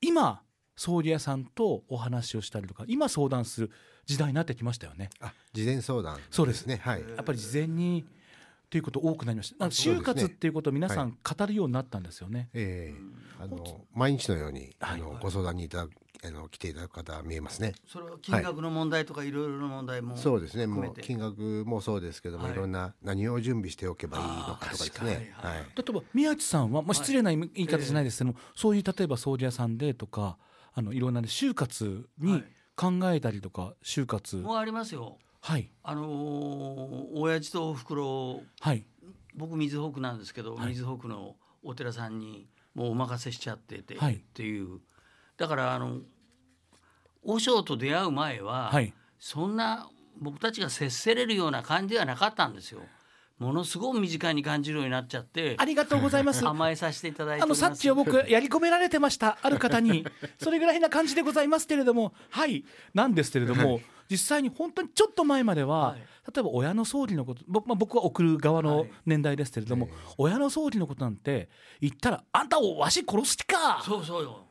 A: 今葬儀屋さんとお話をしたりとか今相談する時代になってきましたよね
E: あ、事前相談、
A: そうです
E: ね。はい。
A: やっぱり事前にということ多くなりましたあの
E: そうで
A: 就
E: すね
A: 活っていうことを皆さ
E: は
A: ん語るようになったんですよね、
E: ええあの毎日のようにあの、
A: はい
E: ご相談にいただあの来ていただく方見えますね。
B: それは金額の問題とかいろいろな問題も
E: そうですね。
B: 含
E: も
B: め
E: う
B: て
E: 金額もそうですけども、
B: はい
E: い、ろんな何を準備しておけばいいのかとかですね。
B: あー確か
E: は
B: に
E: い。
A: 例えば宮地さんは、まあ、
B: い
A: 失礼な言い方じゃないですけども、そういう例えば葬儀屋さんでとかあのいろんなね就活
B: は
A: に
B: い
A: 考えたりとか就活
B: もうありますよ
A: はい
B: あのー親父とおふくろ
A: はい
B: 僕水北なんですけど、
A: はい
B: 水北のお寺さんにもうお任せしちゃってて、
A: はい
B: っていうだからあの和尚と出会う前は、
A: はい
B: そんな僕たちが接せれるような感じではなかったんですよものすごく身近に感じるようになっちゃって
A: ありがとうござい ます
B: 甘えさせていただいて
A: あ
B: お
A: の
B: ります
A: さっきは僕やり込められてましたある方にそれぐらいな感じでございますけれどもはいなんですけれども実際に本当にちょっと前までは、
B: はい
A: 例えば親の葬儀のこと、ぼまあ、僕は送る側
B: は
A: の
B: い
A: 年代ですけれども、
E: ええ
A: 親の葬儀のことなんて言ったら「あんたをわし殺す気か!
B: そうそうよ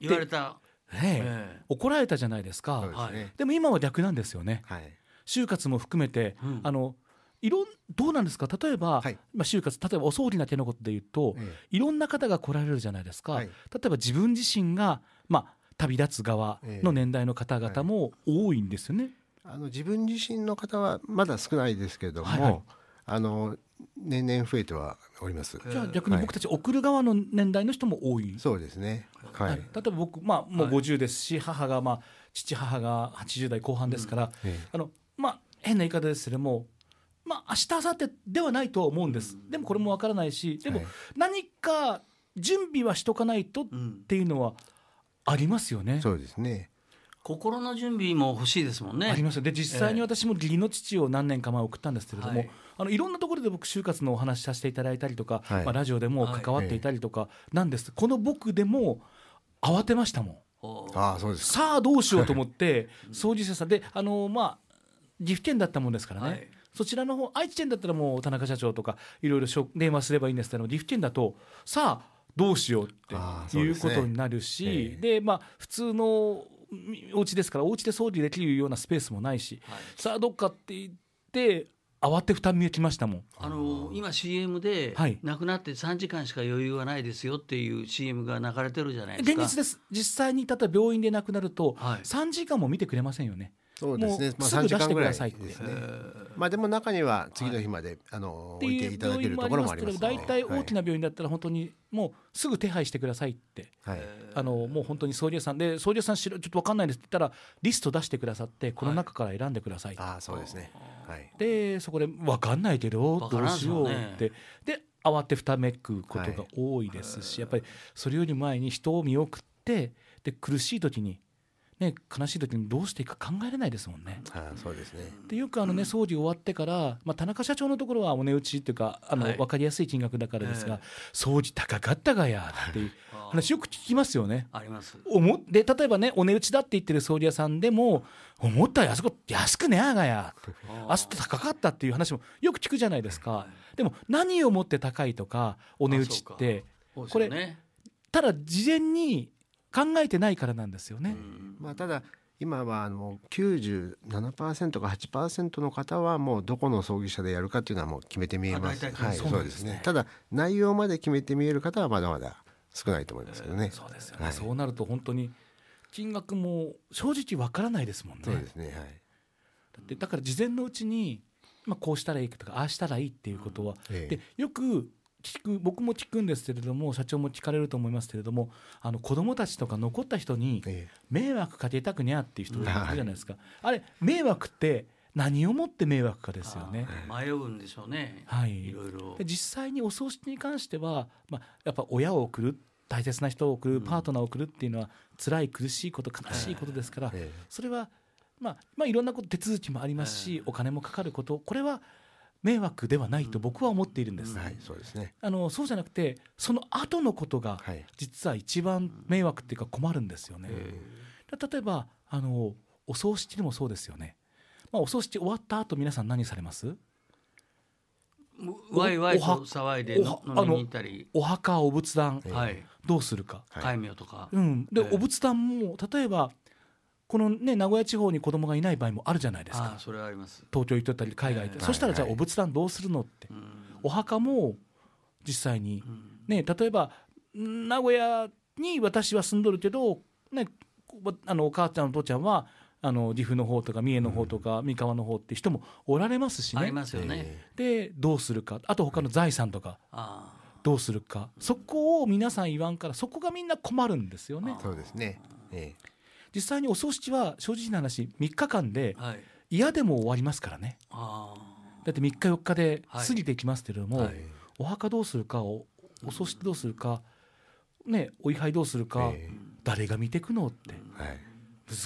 B: 言われた、
A: ねえ」
B: え
A: 怒られたじゃないですか、
E: そうですね。
A: でも今は逆なんですよね
E: はい。
A: 就活も含めて、
B: うん
A: あのいろんどうなんですか例えば、
E: はい
A: まあ、就活例えばお葬儀な手のことで言うと、
E: え
A: いろんな方が来られるじゃないですか、
E: はい
A: 例えば自分自身が、まあ、旅立つ側の年代の方々も多いんですよね。
E: あの自分自身の方はまだ少ないですけども、
A: はいはい
E: あの年々増えてはおります。
B: え
A: じゃあ逆に僕たち送る側の年代の人も多い、
E: そうですね。はい。
A: はい例えば僕、まあ、もう
B: はい
A: 50ですし、母が、まあ、父母が80代後半ですから、
E: え
A: あのまあ、変な言い方ですけども、まあ明日明後日ではないとは思うんです、でもこれもわからないしで
E: え
A: も
E: はい
A: 何か準備はしとかないとっ
B: うん、
A: ていうのはありますよね。
E: そうですね。
B: 心の準備も欲しいですもんね
A: ありますよで実際に
B: ええ
A: 私も義理の父を何年か前送ったんですけれども、
B: はい
A: い、あのいろんなところで僕就活のお話しさせていただいたりとか、
E: はい
A: まあ、ラジオでも関わっていたりとかなんです、この僕でも慌てましたもん
B: おう
E: ああそうですか。
A: さあどうしようと思って掃除者さんであのまあ岐阜県だったもんですからね、
B: はい
A: そちらの方愛知県だったらもう田中社長とかいろいろしょ電話すればいいんですけど岐阜県だとさあどうしようっ
E: あー
A: て
E: そう
A: い
E: で
A: う
E: す
A: こ
E: ね
A: とになるしで,、
E: ええ
A: まあ普通のみお家ですからお家で掃除できるようなスペースもないし
B: はい
A: さあどっかって言って慌てふためきましたもん。
B: あの今 CM で
A: はい
B: 亡くなって3時間しか余裕はないですよっていう CM が流れてるじゃないです
A: 現
B: か。
A: 実です実際に例えば病院で亡くなると
B: はい
A: 3時間も見てくれませんよね。
E: そうですね
A: も。う
E: まあ
A: すぐ
E: 三時間ぐらい
A: 出して
E: で
A: くだ
E: す
A: さ
E: ね
B: え。
E: まあでも中には次の日まで、あの
A: って
E: 置いて
A: い
E: いうただ
A: 病院
E: ける
A: も
E: と
A: あ
E: こ
A: りま
E: ろも
A: す
E: あ
A: け
E: り
A: ど
E: ます、ね。
A: 大体大きな
E: は
A: 病院だったら本当にもうすぐ手配してくださいって
E: いはい
B: ー
A: あのもう本当に総理屋さんで総理屋さん知らちょっと分かんないですって言ったらリスト出してくださってこの中から選んでください、
E: ああそうですね。はい。
A: でそこで分かんないけど
B: わか
A: どう
B: らん
A: しようっ
B: そう
A: て
B: ね
A: で慌てふためくことが多いですし、やっぱりそれより前に人を見送ってで苦しい時にね、悲しい時にどうしていくか考えれないですもんね。
E: ああそうですね。
A: でよくあの、ね葬儀終わってから、まあ、田中社長のところはお値打ちっていうかあの、
B: はい
A: 分かりやすい金額だからですが、
B: え
A: 葬儀高かったがやっていう
B: あ
A: 話よく聞きますよね。
B: あります。
A: おもで例えばねお値打ちだって言ってる葬儀屋さんでも思ったよりあそこ安くねあがやあそこ高かったっていう話もよく聞くじゃないですかでも何をもって高いとかお値打ち
B: あそう
A: っ
B: か
A: て
B: これね。
A: ただ事前に考えてないからなんですよね。
E: まあただ今はあの97%か8%の方はもうどこの葬儀社でやるかっていうのはもう決めて見えます。
B: あ大体
E: はい、
B: そう
E: そう
B: で
E: ですす
B: ね
E: ね。ただ内容まで決めて見える方はまだまだ少ないと思いますけどね。
A: そうですよね、
E: はい
A: そうなると本当に金額も正直わからないですもんね
E: そうですね。はい。
A: だってだから事前のうちに、まあ、こうしたらいいとかああしたらいいっていうことは、
E: ええ
A: でよく聞く僕も聞くんですけれども社長も聞かれると思いますけれどもあの子供たちとか残った人に
E: え
A: 迷惑かけたくにゃっていう人がいるじゃないですか、あれ迷惑って何をもって迷惑かですよね。
B: あー迷うんでしょうね。
A: はい
B: いろいろ
A: で。実際にお葬式に関しては、まあ、やっぱ親を送る大切な人を送るパートナーを送るっていうのは辛い苦しいこと悲しいことですから、
E: えええ
A: それは、まあ、まあいろんなこと手続きもありますし、お金もかかることこれは迷惑ではないと僕は思っているんです、
E: はい、そうですね。
A: あのそうじゃなくてその後のことが
E: はい
A: 実は一番迷惑っていうか困るんですよね、だ例えばあのお葬式でもそうですよね、まあ、お葬式終わった後皆さん何されます
B: わいわいと
A: おは
B: 騒いでの
A: お
B: 飲
A: は
B: みに行ったり、
A: お墓お仏壇
E: え
B: はい、
A: どうするか、
E: はい
B: 戒名とか、
A: うん、で、
B: ええ
A: お仏壇も例えばこのね名古屋地方に子供がいない場合もあるじゃないです
B: ああ
A: か
B: それはあります。
A: 東京行っとったり海外行って、
B: ええ
A: そしたらじゃあ
E: はいは
A: お
E: い
A: 仏壇どうするのって、
B: うん
A: お墓も実際に
B: う、ん
A: ね、例えば名古屋に私は住んどるけど、ね、こあのお母ちゃんお父ちゃんはあの岐阜の方とか三重の方とか三河の方って人もおられますし
B: あり
A: ね
B: ますよね。
E: え
A: でどうするかあと他の財産とか
B: ああ
A: どうするかそこを皆さん言わんからそこがみんな困るんですよね
E: えそうですね。え
A: 実際にお葬式は正直な話3日間で
B: はい。
A: 嫌でも終わりますからね
B: あ
A: だって3日4日で
B: はい
A: 過ぎていきますけれど
E: え
A: も、
E: はい
A: お墓どうするかおお葬式どうするか、ね、お位牌どうするか、
E: え
A: 誰が見てくのって
E: えはい。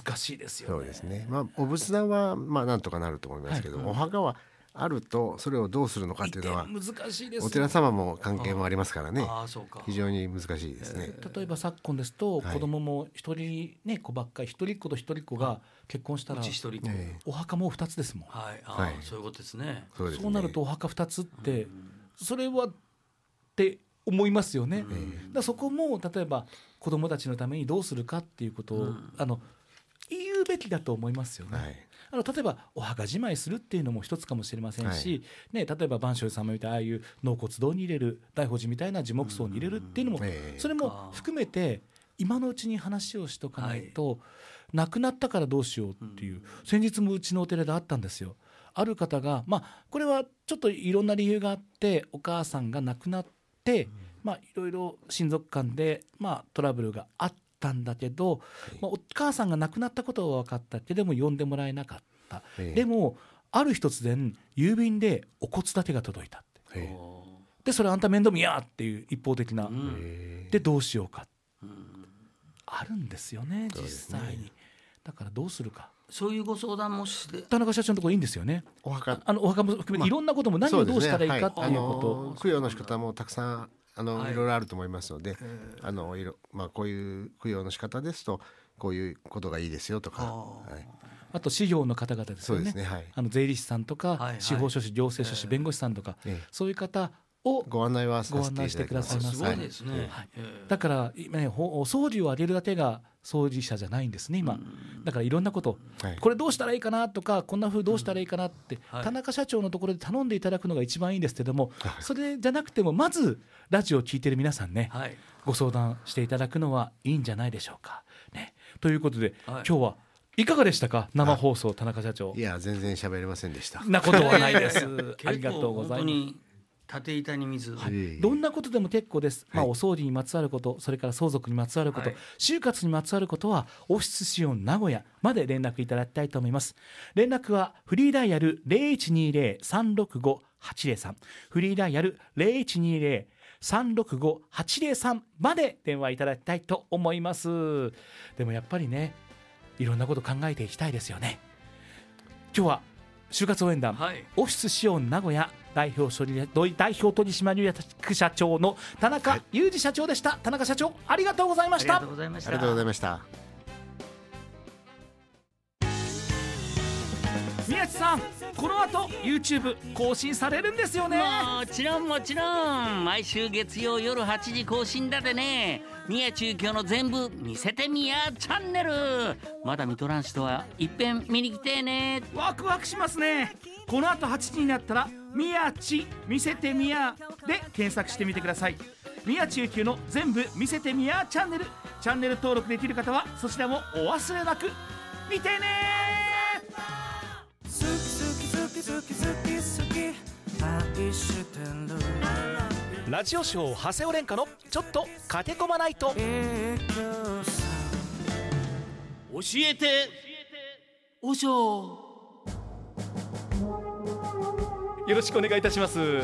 A: 難しいですよ
E: そ
A: ね。
E: うですね。まあお仏壇はまあなんとかなると思いますけど、お墓はあるとそれをどうするのかっていうのは
A: 移転難しいですよ
E: お寺様も関係もありますから
B: あ、
E: ね。
B: ああそうか。
E: 非常に難しいですね。
A: 例えば昨今ですと
E: はい
A: 子供も一人ね子ばっかり一人っ子と一人っ子が結婚した
B: う
A: ら
B: ち一人。
E: ええ
A: お墓も2つですもん
B: はい、ああ、
E: はい
B: そういうことですね。
E: そうですね
A: そうなるとお墓2つってそれはって思いますよね。だからそこも例えば子供たちのためにどうするかっていうことをあの言うべきだと思いますよね。
E: はい
A: あの例えばお墓じまいするっていうのも一つかもしれませんし、ね、例えば万象寺様みたいなああいう納骨堂に入れる大宝寺みたいな樹木葬に入れるっていうのも、
E: うんええ
A: それも含めて今のうちに話をしとかないと、亡くなったからどうしようっていう、先日もうちのお寺であったんですよ。ある方が、まあ、これはちょっといろんな理由があってお母さんが亡くなって、まあ、いろいろ親族間で、まあ、トラブルがあったんだけど、まあ、お母さんが亡くなったことは分かったけども呼んでもらえなかった、
E: ええ
A: でもある日突然郵便でお骨だけが届いたって
E: ええ
B: お
A: でそれあんた面倒見やっていう一方的な、
B: ーうん
E: え
A: でどうしようか
B: うん
A: あるんですよね
E: そう
A: 実
E: ですね
A: 際に、だからどうするか
B: そういうご相談もして、
A: 田中社長のところいいんですよね
E: えお墓
A: あのお墓も含めていろんなことも何
E: そ
A: を
E: で
A: どう
E: すね
A: したらいいかって
E: は
A: いうことを、
E: あの供養の仕方もたくさんあの、
B: はい
E: い、ろいろあると思いますので、あのいろまあこういう供養の仕方ですとこういうことがいいですよとか、はい、
A: あと司業の方々です
E: そ
A: よ
E: うで
A: ね
E: すねはい
A: あの税理士さんとか、
B: いはい
A: 司法書士行政書士、弁護士さんとか、
E: ええ
A: そういう方を
E: ご案内はさせていただきま
A: ご
E: す
A: 案内してくださいます
B: ごいですね。
A: はい
B: ええ
A: だから、ね、ほお掃除を上げるだけが掃除者じゃないんですね今、だからいろんなこと、
E: はい
A: これどうしたらいいかなとかこんな風どうしたらいいかなって、
B: はい
A: 田中社長のところで頼んでいただくのが一番いいんですけども、それじゃなくてもまずラジオを聞いてる皆さんね、
B: はい。
A: ご相談していただくのはいいんじゃないでしょうか。ね、ということで、
B: はい
A: 今日はいかがでしたか生放送田中社長
E: い。や全然喋れませんでした。
A: なことはないで
B: い
A: す
B: やいやいや。
A: ありがとうございます。
B: 結構本当に縦板に水。
E: いえいえ
A: どんなことでも結構です、まあ、
E: はい
A: お葬儀にまつわることそれから相続にまつわること、
B: はい
A: 就活にまつわることはオフィスシオン名古屋まで連絡いただきたいと思います連絡はフリーダイヤル0120-365-803フリーダイヤル0120-365-803まで電話いただきたいと思いますでもやっぱりねいろんなこと考えていきたいですよね今日は就活応援団、
B: はい。
A: オフィスシオン名古屋代表処理代表取締役社長の田中裕二社長でした、田中社長ありがとうございま
B: あ
A: し
B: りが
A: た
B: とうございまし
E: ありがとうござ
B: た
E: い。ました
A: 宮地さんこの後 YouTube 更新されるんですよね
B: もちろんもちろん毎週月曜夜8時更新だでね宮中京の全部見せてみやチャンネルまだ見とらん人は一遍見に来てね
A: ワクワクしますねこの後8時になったら「宮地見せてみや」で検索してみてください宮地ゆきの全部見せてみやチャンネルチャンネル登録できる方はそちらもお忘れなく見てね
F: 好き好き好き好き好き愛してる
A: ラジオショー長谷尾廉歌のちょっと駆け込まないと
F: 影響さ
B: 教えておしょ
A: よろしくお願いいたします
C: お便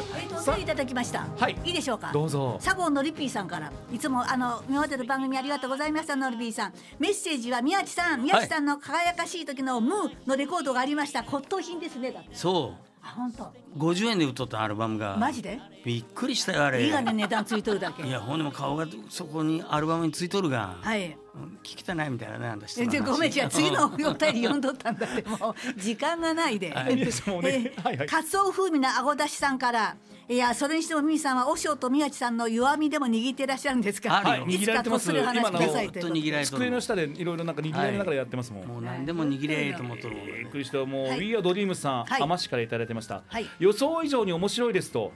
C: りいただきました。
A: はい
C: いいでしょうか。
A: どうぞ
C: サゴンのりぴーさんからいつもあの今までの番組ありがとうございましたのりぴーさんメッセージは宮地さん宮地さんの輝かしい時のムーのレコードがありました骨董品ですねだって
B: そ
C: あ本当
B: う50円で売っとったアルバムが
C: マジで
B: びっくりしたよあれ
C: いいがね値段ついとるだけ
B: いやほんでも顔がそこにアルバムについとるが、
C: はい
B: うん聞きたないみたいなねあんた人
C: 全
B: の話
C: 然ごめんじゃあ次のお便り読んどったんだってもう時間がないで。
B: はいい
A: いですもうね
C: えー
A: はいはい
C: カツオ風味のあごだしさんから。いやそれにしてもミミさんは和尚と宮地さんの弱みでも握ってらっしゃるんですか
B: あ
C: ら
B: るよ
C: いつかこっそりお話しくださ
B: ずっ
C: いという
B: と
C: ことで
B: 握られとるもん
A: 下でいろいろなんか握
B: られながら
A: やってますもん
B: もう何でも握れと思っとるもん
A: びっ
B: ね
A: くりしたもう、
C: はい
A: We are Dream さん、
C: はい
A: 浜市からいただいてました、
C: はい
A: 予想以上に面白いですと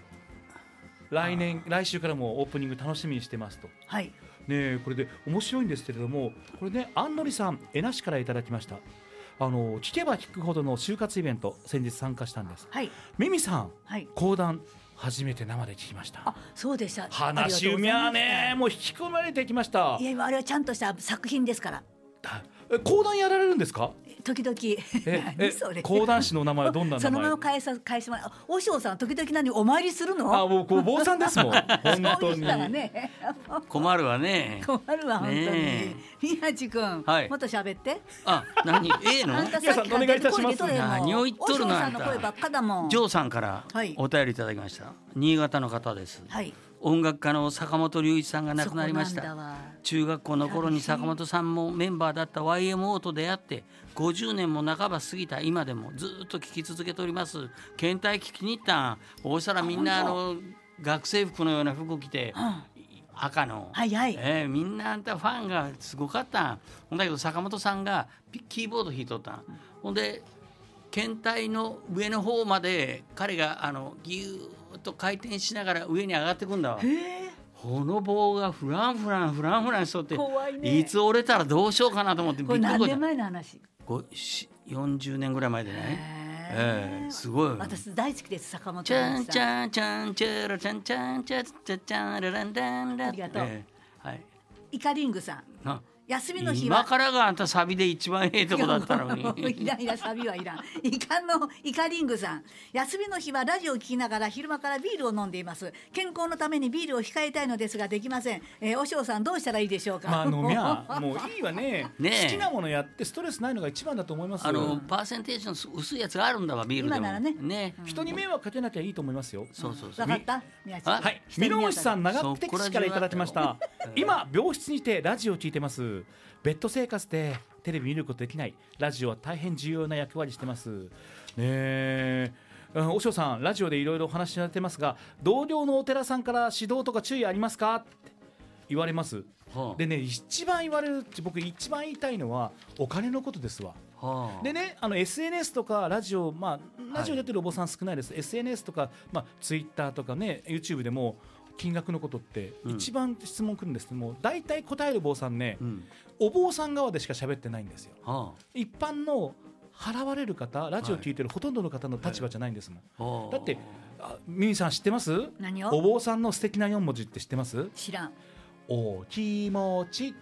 A: 来年来週からもオープニング楽しみにしてますと
C: はい
A: ねえこれで面白いんですけれどもこれねあんのりさんえなしからいただきましたあの聞けば聞くほどの就活イベント先日参加したんです
C: はい
A: ミミさん
C: はい
A: 講談初めて生で聞きました
C: あそうでした
A: 話うみはねもう引き込まれてきました
C: いやあれはちゃんとした作品ですから
A: え講談やられるんですか
C: 時々
A: え
C: 何それ
A: え講談師の名前はどんな名前
C: そのまま返さ返しま和尚さんは時々何お参りするの
A: あ、もうこう坊さんですもん。本
C: そう
A: 当
C: し
A: に。
C: たらね
B: 困るわね
C: 困るわ本当に、
B: ね
C: 宮地君、
B: はい
C: もっと喋って
B: あ 何 A の
C: あんた
A: 皆
C: さ
A: さ
C: っ
A: ん
C: きから出てこい出てこいもう
B: 何を言っとるのあ
C: 和尚さ
B: ん
C: んの
B: た
C: 声ばっかだもん
B: ジョーさんから
C: はい
B: お便りいただきました、新潟の方です
C: はい
B: 音楽家の坂本龍一さんが亡くなりまし
C: そこな
B: た
C: んだわ
B: 中学校の頃に坂本さんもメンバーだった YMO と出会って50年も半ば過ぎた今でもずっと聴き続けております倦怠期気に入ったん大したらみんなあの学生服のような服を着て、赤の、
C: はいはい
B: えーみんなあんたファンがすごかったんほんだけど坂本さんがピキーボード弾いとったんほんで検体の上の方まで彼があのギューッと回転しながら上に上がってくんだわこの棒がフランフランフランフランしとって
C: 怖いね
B: つ折れたらどうしようかなと思ってび
C: こ
B: っ
C: れ
B: くり
C: 何
B: こい
C: 年前の話
B: こうし40年ぐらい前でねええすごいよね
C: 私大好きです坂本
B: チャ
C: 龍
B: ン
C: 一
B: チ
C: さ
B: ャ
C: ん
B: ンチャンチャラチャンチャンチャチャチャラランダンラ
C: ありがとう
B: ええはい
C: イカリングさん
B: な
C: 休みの日は
B: 今からがあんたサビで一番ええとこだったのに
C: いらいらサビはいらん。イカのイカリングさん。休みの日はラジオを聞きながら昼間からビールを飲んでいます。健康のためにビールを控えたいのですができません。えー、おしょうさんどうしたらいいでしょうか。
A: まあ飲みゃもういいわね。
B: ねえ
A: 好きなものやってストレスないのが一番だと思いますよ。
B: あのパーセンテージの薄いやつがあるんだわビールでも
C: 今ならね
A: 人に迷惑かけなきゃいいと思いますよ。
B: そうそうそう
C: わかった。宮地さん。
A: はい、
C: 人
A: 美
C: に迷惑
A: 濃さん長久手口からいただきました
B: うん
A: 今病室にてラジオを聞いてますベッド生活でテレビ見ることできないラジオは大変重要な役割してますねえうん和尚さんラジオでいろいろお話しされてますが同僚のお寺さんから指導とか注意ありますかって言われます
B: はあ
A: でね一番言われるって僕一番言いたいのはお金のことですわ
B: はあ
A: でね、あの SNS とかラジオ、まあ、ラジオ
B: はい
A: 出てるお坊さん少ないです、SNS とか、まあ、Twitter とかね、YouTube でも金額のことって
B: うん
A: 一番質問くるんですけども、大体答える坊さんね
B: う、ん
A: お坊さん側でしか喋ってないんですよ。
B: は
A: 一般の払われる方、ラジオ聞いてるほとんどの方の立場じゃないんですもん。
B: あはあ
A: だって、あミミさん知ってます
C: 何
A: お
C: を？
A: 坊さんの素敵な4文字って知ってます
C: 知らん。
A: お気持ち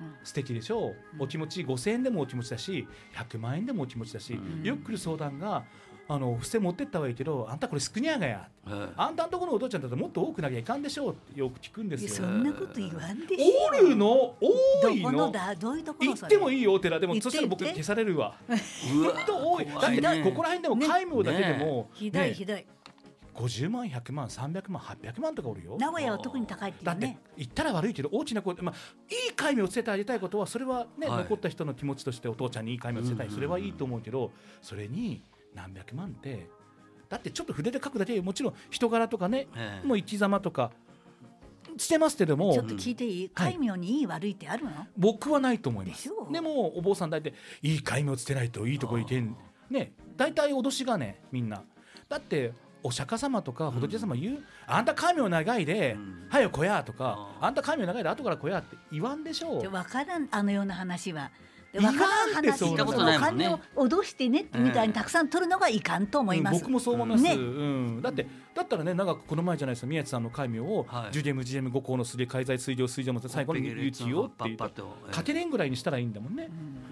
C: うん
A: 素敵でしょう、
C: うん
A: お気持ち5000円でもお気持ちだし100万円でもお気持ちだし、
B: うん
A: よく来る相談があの付箋持ってったはいいけどあんたこれ少にゃがや
B: うん
A: あんたんとこのお父ちゃんだともっと多くなきゃいかんでしょうってよく聞くんで
C: いや
A: す
C: そ
A: よ。
C: んなこと言わんでし
A: お
C: ょ
A: るの多い
C: どこの
A: の
C: だどういうところ
A: 行っても
C: い
A: いいよお寺でも
C: 言って
A: そしたら僕
C: 言って
A: 消されるわ。
B: う
A: 本
B: わ
A: 当多い。だっ
B: 怖い
A: て
B: ね
A: ここら辺でも
C: ね
A: 戒名だけでも
C: ひどい
A: ね
C: ひどい
A: 50万100万300万800万とかおるよ。
C: 名古屋は特に高いってい
A: だ
C: う
A: って
C: ね
A: 言ったら悪いけど大きな声で、まあ、いい戒名をつけてあげたいことはそれはね、
B: はい
A: 残った人の気持ちとしてお父ちゃんにいい戒名をつけたい、
B: うんうんうん
A: それはいいと思うけどそれに何百万ってだってちょっと筆で書くだけもちろん人柄とかね、
B: ええ
A: もう生き様とかしてますけど
C: ちょっ
A: も
C: と聞いていい
A: はい
C: 戒名にいい悪いってあるの
A: 僕はないと思いま
C: ですしょう
A: でもお坊さん大体いい戒名をつけないといいとこ行けんね大体脅しがねみんなだってお釈迦様とか仏様言う、あんた戒名長いで、
B: うん
A: はよこやとか、
B: あー
A: あんた戒名長いで後からこやって言わんでしょう
C: でわからんあのような話は。で
A: 言わ
C: わ
A: ん
C: からん
A: って
C: 話
A: そ
C: そうの
A: な
C: お
A: の
C: 金を脅してね
B: うん
C: みたいにたくさん取るのがいかんと思いま
A: う
C: す。
A: ん僕もそう思います、
C: ね
A: うん、だってだったらね長くこの前じゃないですか宮地さんの戒名を
B: はい
A: 「ジュゲムジュゲム五行のすげ介在水上水上も最後の有給よ」っていう
B: パッ
A: か
B: パッとええ
A: けれんぐらいにしたらいいんだもんね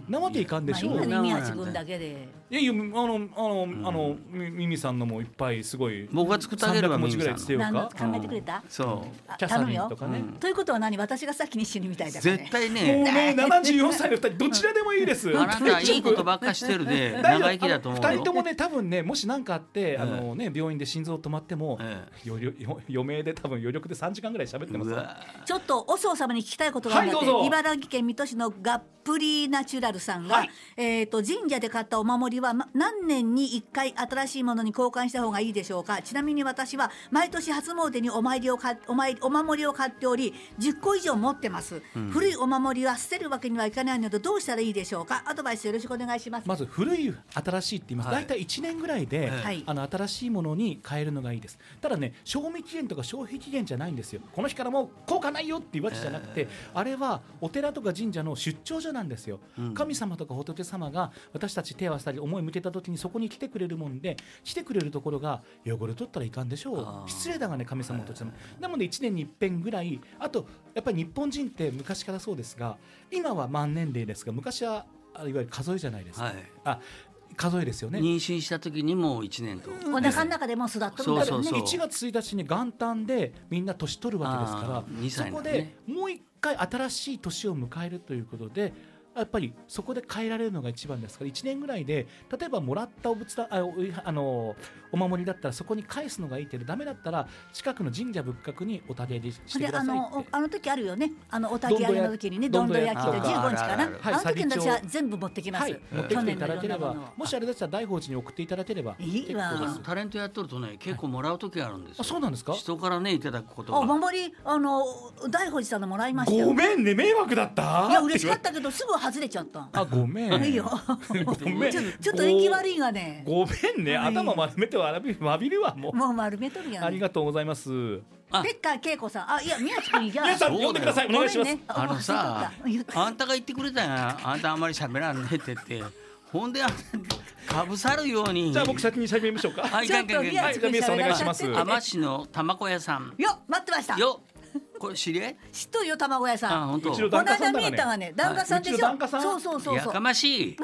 A: なわけいかんで
C: まあ
A: しょう、
C: 今
A: い
B: ね
C: の宮地君だけで
A: やいやあのあの、あのみミミさんのもいっぱいすごい
B: 僕が作ってあげるわ
A: 300文字ぐらい
B: ミミ
A: し
B: さん
A: てよう
C: 何の
A: か
C: 考えてくれた？
B: そ
C: あ
A: キャサ
C: 頼む
A: リンと
C: よ。
A: かね、
B: うん
C: ということは何？私が先に死ぬみた
B: う
C: いだからね
B: 絶。対
A: もう
B: ね
A: ね74歳の2人どちらでもいいです
B: あなたいいことばっかしてるで長生きだと思うよ
A: 2人ともね多分ねもし何かあって、
B: え
A: あのね、病院で心臓止まっても、
B: え
A: 余力よ余命で多分余力で3時間ぐらい喋ってま
B: う
A: すよ
B: わ
C: ちょっとお嬢様に聞きたいことがあるんだって、
A: はいどうぞ
C: 茨城県水戸市のガップリーナチュラルさんが、
A: はい
C: えっ、と神社で買ったお守りはま何年に1回新しいものに交換した方がいいでしょうかちなみに私は毎年初詣にお参りをかお参りお守りを買っており10個以上持ってます、古いお守りは捨てるわけにはいかないのでどうしたらいいでしょうかアドバイスよろしくお願いします、
A: まず古い新しいって言います、
B: はい
A: 大体1年ぐらいで、
B: え
C: はい
A: あの新しいものに変えるのがいいですただね賞味期限とか消費期限じゃないんですよこの日からもう効果ないよっていうわけじゃなくて、あれはお寺とか神社の出張所なんですよ、
B: うん
A: 神様とか仏様が私たち手を合わせたり思い向けた時にそこに来てくれるもんで来てくれるところが汚れ取ったらいかんでしょ
B: あー
A: う失礼だがね神様と様なので1年に一遍ぐらいあとやっぱり日本人って昔からそうですが今は満年齢ですが昔はあいわゆる数えじゃないですか、
B: はい
A: あ数えですよね。
B: 妊娠した時にもう一年と
C: お腹の中でもう育っとるんだろうね
B: そう
A: 1月1日に元旦でみんな年取るわけです
B: あ
A: か
B: ー
A: ら
B: 二
A: そ
B: 歳な
A: こ
B: んだ
A: で
B: ね
A: もう一回新しい年を迎えるということでやっぱりそこで変えられるのが一番ですから1年ぐらいで例えばもらったお仏壇あおあのお守りだったらそこに返すのがいいけどダメだったら近くの神社仏閣にお立て入れして
C: で
A: くだ
C: あ
A: さいっ
C: のお
A: て。
C: あの時あるよねあのお焚き上げの時にね
A: ど
C: ど
A: ん
C: ん
A: ど
C: ど
A: ん
C: ん
A: 焼
C: 焼
A: き
C: きって
B: あー
C: 15日か
B: あ
C: な
B: る
A: あ
C: あ
A: る
C: の時の私
A: はい
C: は全部持ってきます、
A: はい、持ってきていただけれ
C: 去年のいろんな
A: ば
C: ものを
A: もしあれだったら大宝寺に送っていただければ
C: いいわ
A: 結構です
B: タレントやっとるとね結構もらう時あるんですよ
A: あそうなんですか
B: 人からねいただくこと
C: あお
B: が
C: 守りあの大宝寺さんのもらいましたよ
A: ごめんね迷惑だった
C: いや嬉しかったけどすぐ外れちゃった
A: あごめん
C: いいよ
A: ごめん
C: ちょちょっと縁起悪いがね
A: ごめんね、
C: はい
A: 頭丸めてわびわびるわもう。
C: もう丸めとるや
A: あり
C: ん
A: がとうございます。
B: あ
C: ペッカー恵子さんあいや宮地君じゃ
A: 皆さん
B: そうだよ
A: 呼んでください。お願いしま
C: ご
A: す
C: めんね。
B: あのさ
C: 忘れとった
B: あんたが言ってくれたやんあんたあんまり喋らんねって言って ほんであんたかぶさるように
A: じゃあ僕先に喋りましょうか。
B: はい
C: ちょっと宮地君
A: はいじゃあ宮地さんお願いします
C: 喋らせて
B: 海士の玉子屋さん
C: よ待ってました
B: よこれ知り合い
C: 知っとるよ卵屋
B: あ
C: さん
B: 本当
A: 一応
C: この
A: 旦
C: 間
A: 那さんだからね
C: 見えたがね旦那さんでし
A: うち
C: ょ
A: の旦那さん
C: そうそうそう
B: や
C: そう
B: かまし い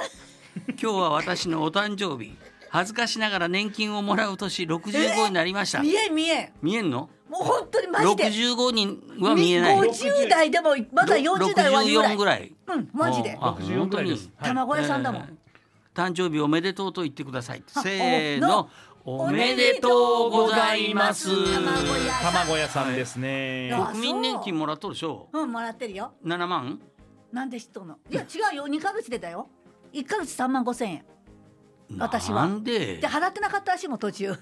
B: 今日は私のお誕生日恥ずかしながら年金をもらう年65になりました、
C: 見え見え
B: 見えんの
C: もう本当にマジで
B: 65人は見えない
C: 50代でもまだ40代は
B: 64
C: ぐ
B: ぐ
C: らい
B: らい
C: うんマジで
B: あ
A: 64ぐらいです。はい
C: 卵屋さんだもん、
B: 誕生日おめでとうと言ってください
C: あ
B: せーの
C: お
B: おめでとうございます
C: 卵屋さん
A: 卵屋さんですね。
C: はい
B: 国民年金もらっとるでしょ
C: うんもらってるよ
B: 7万
C: なんで知っとんのいや違うよ2ヶ月でだよ1ヶ月3万5千円私
B: な
C: は
B: んで
C: で払ってなかったらしいもん途 中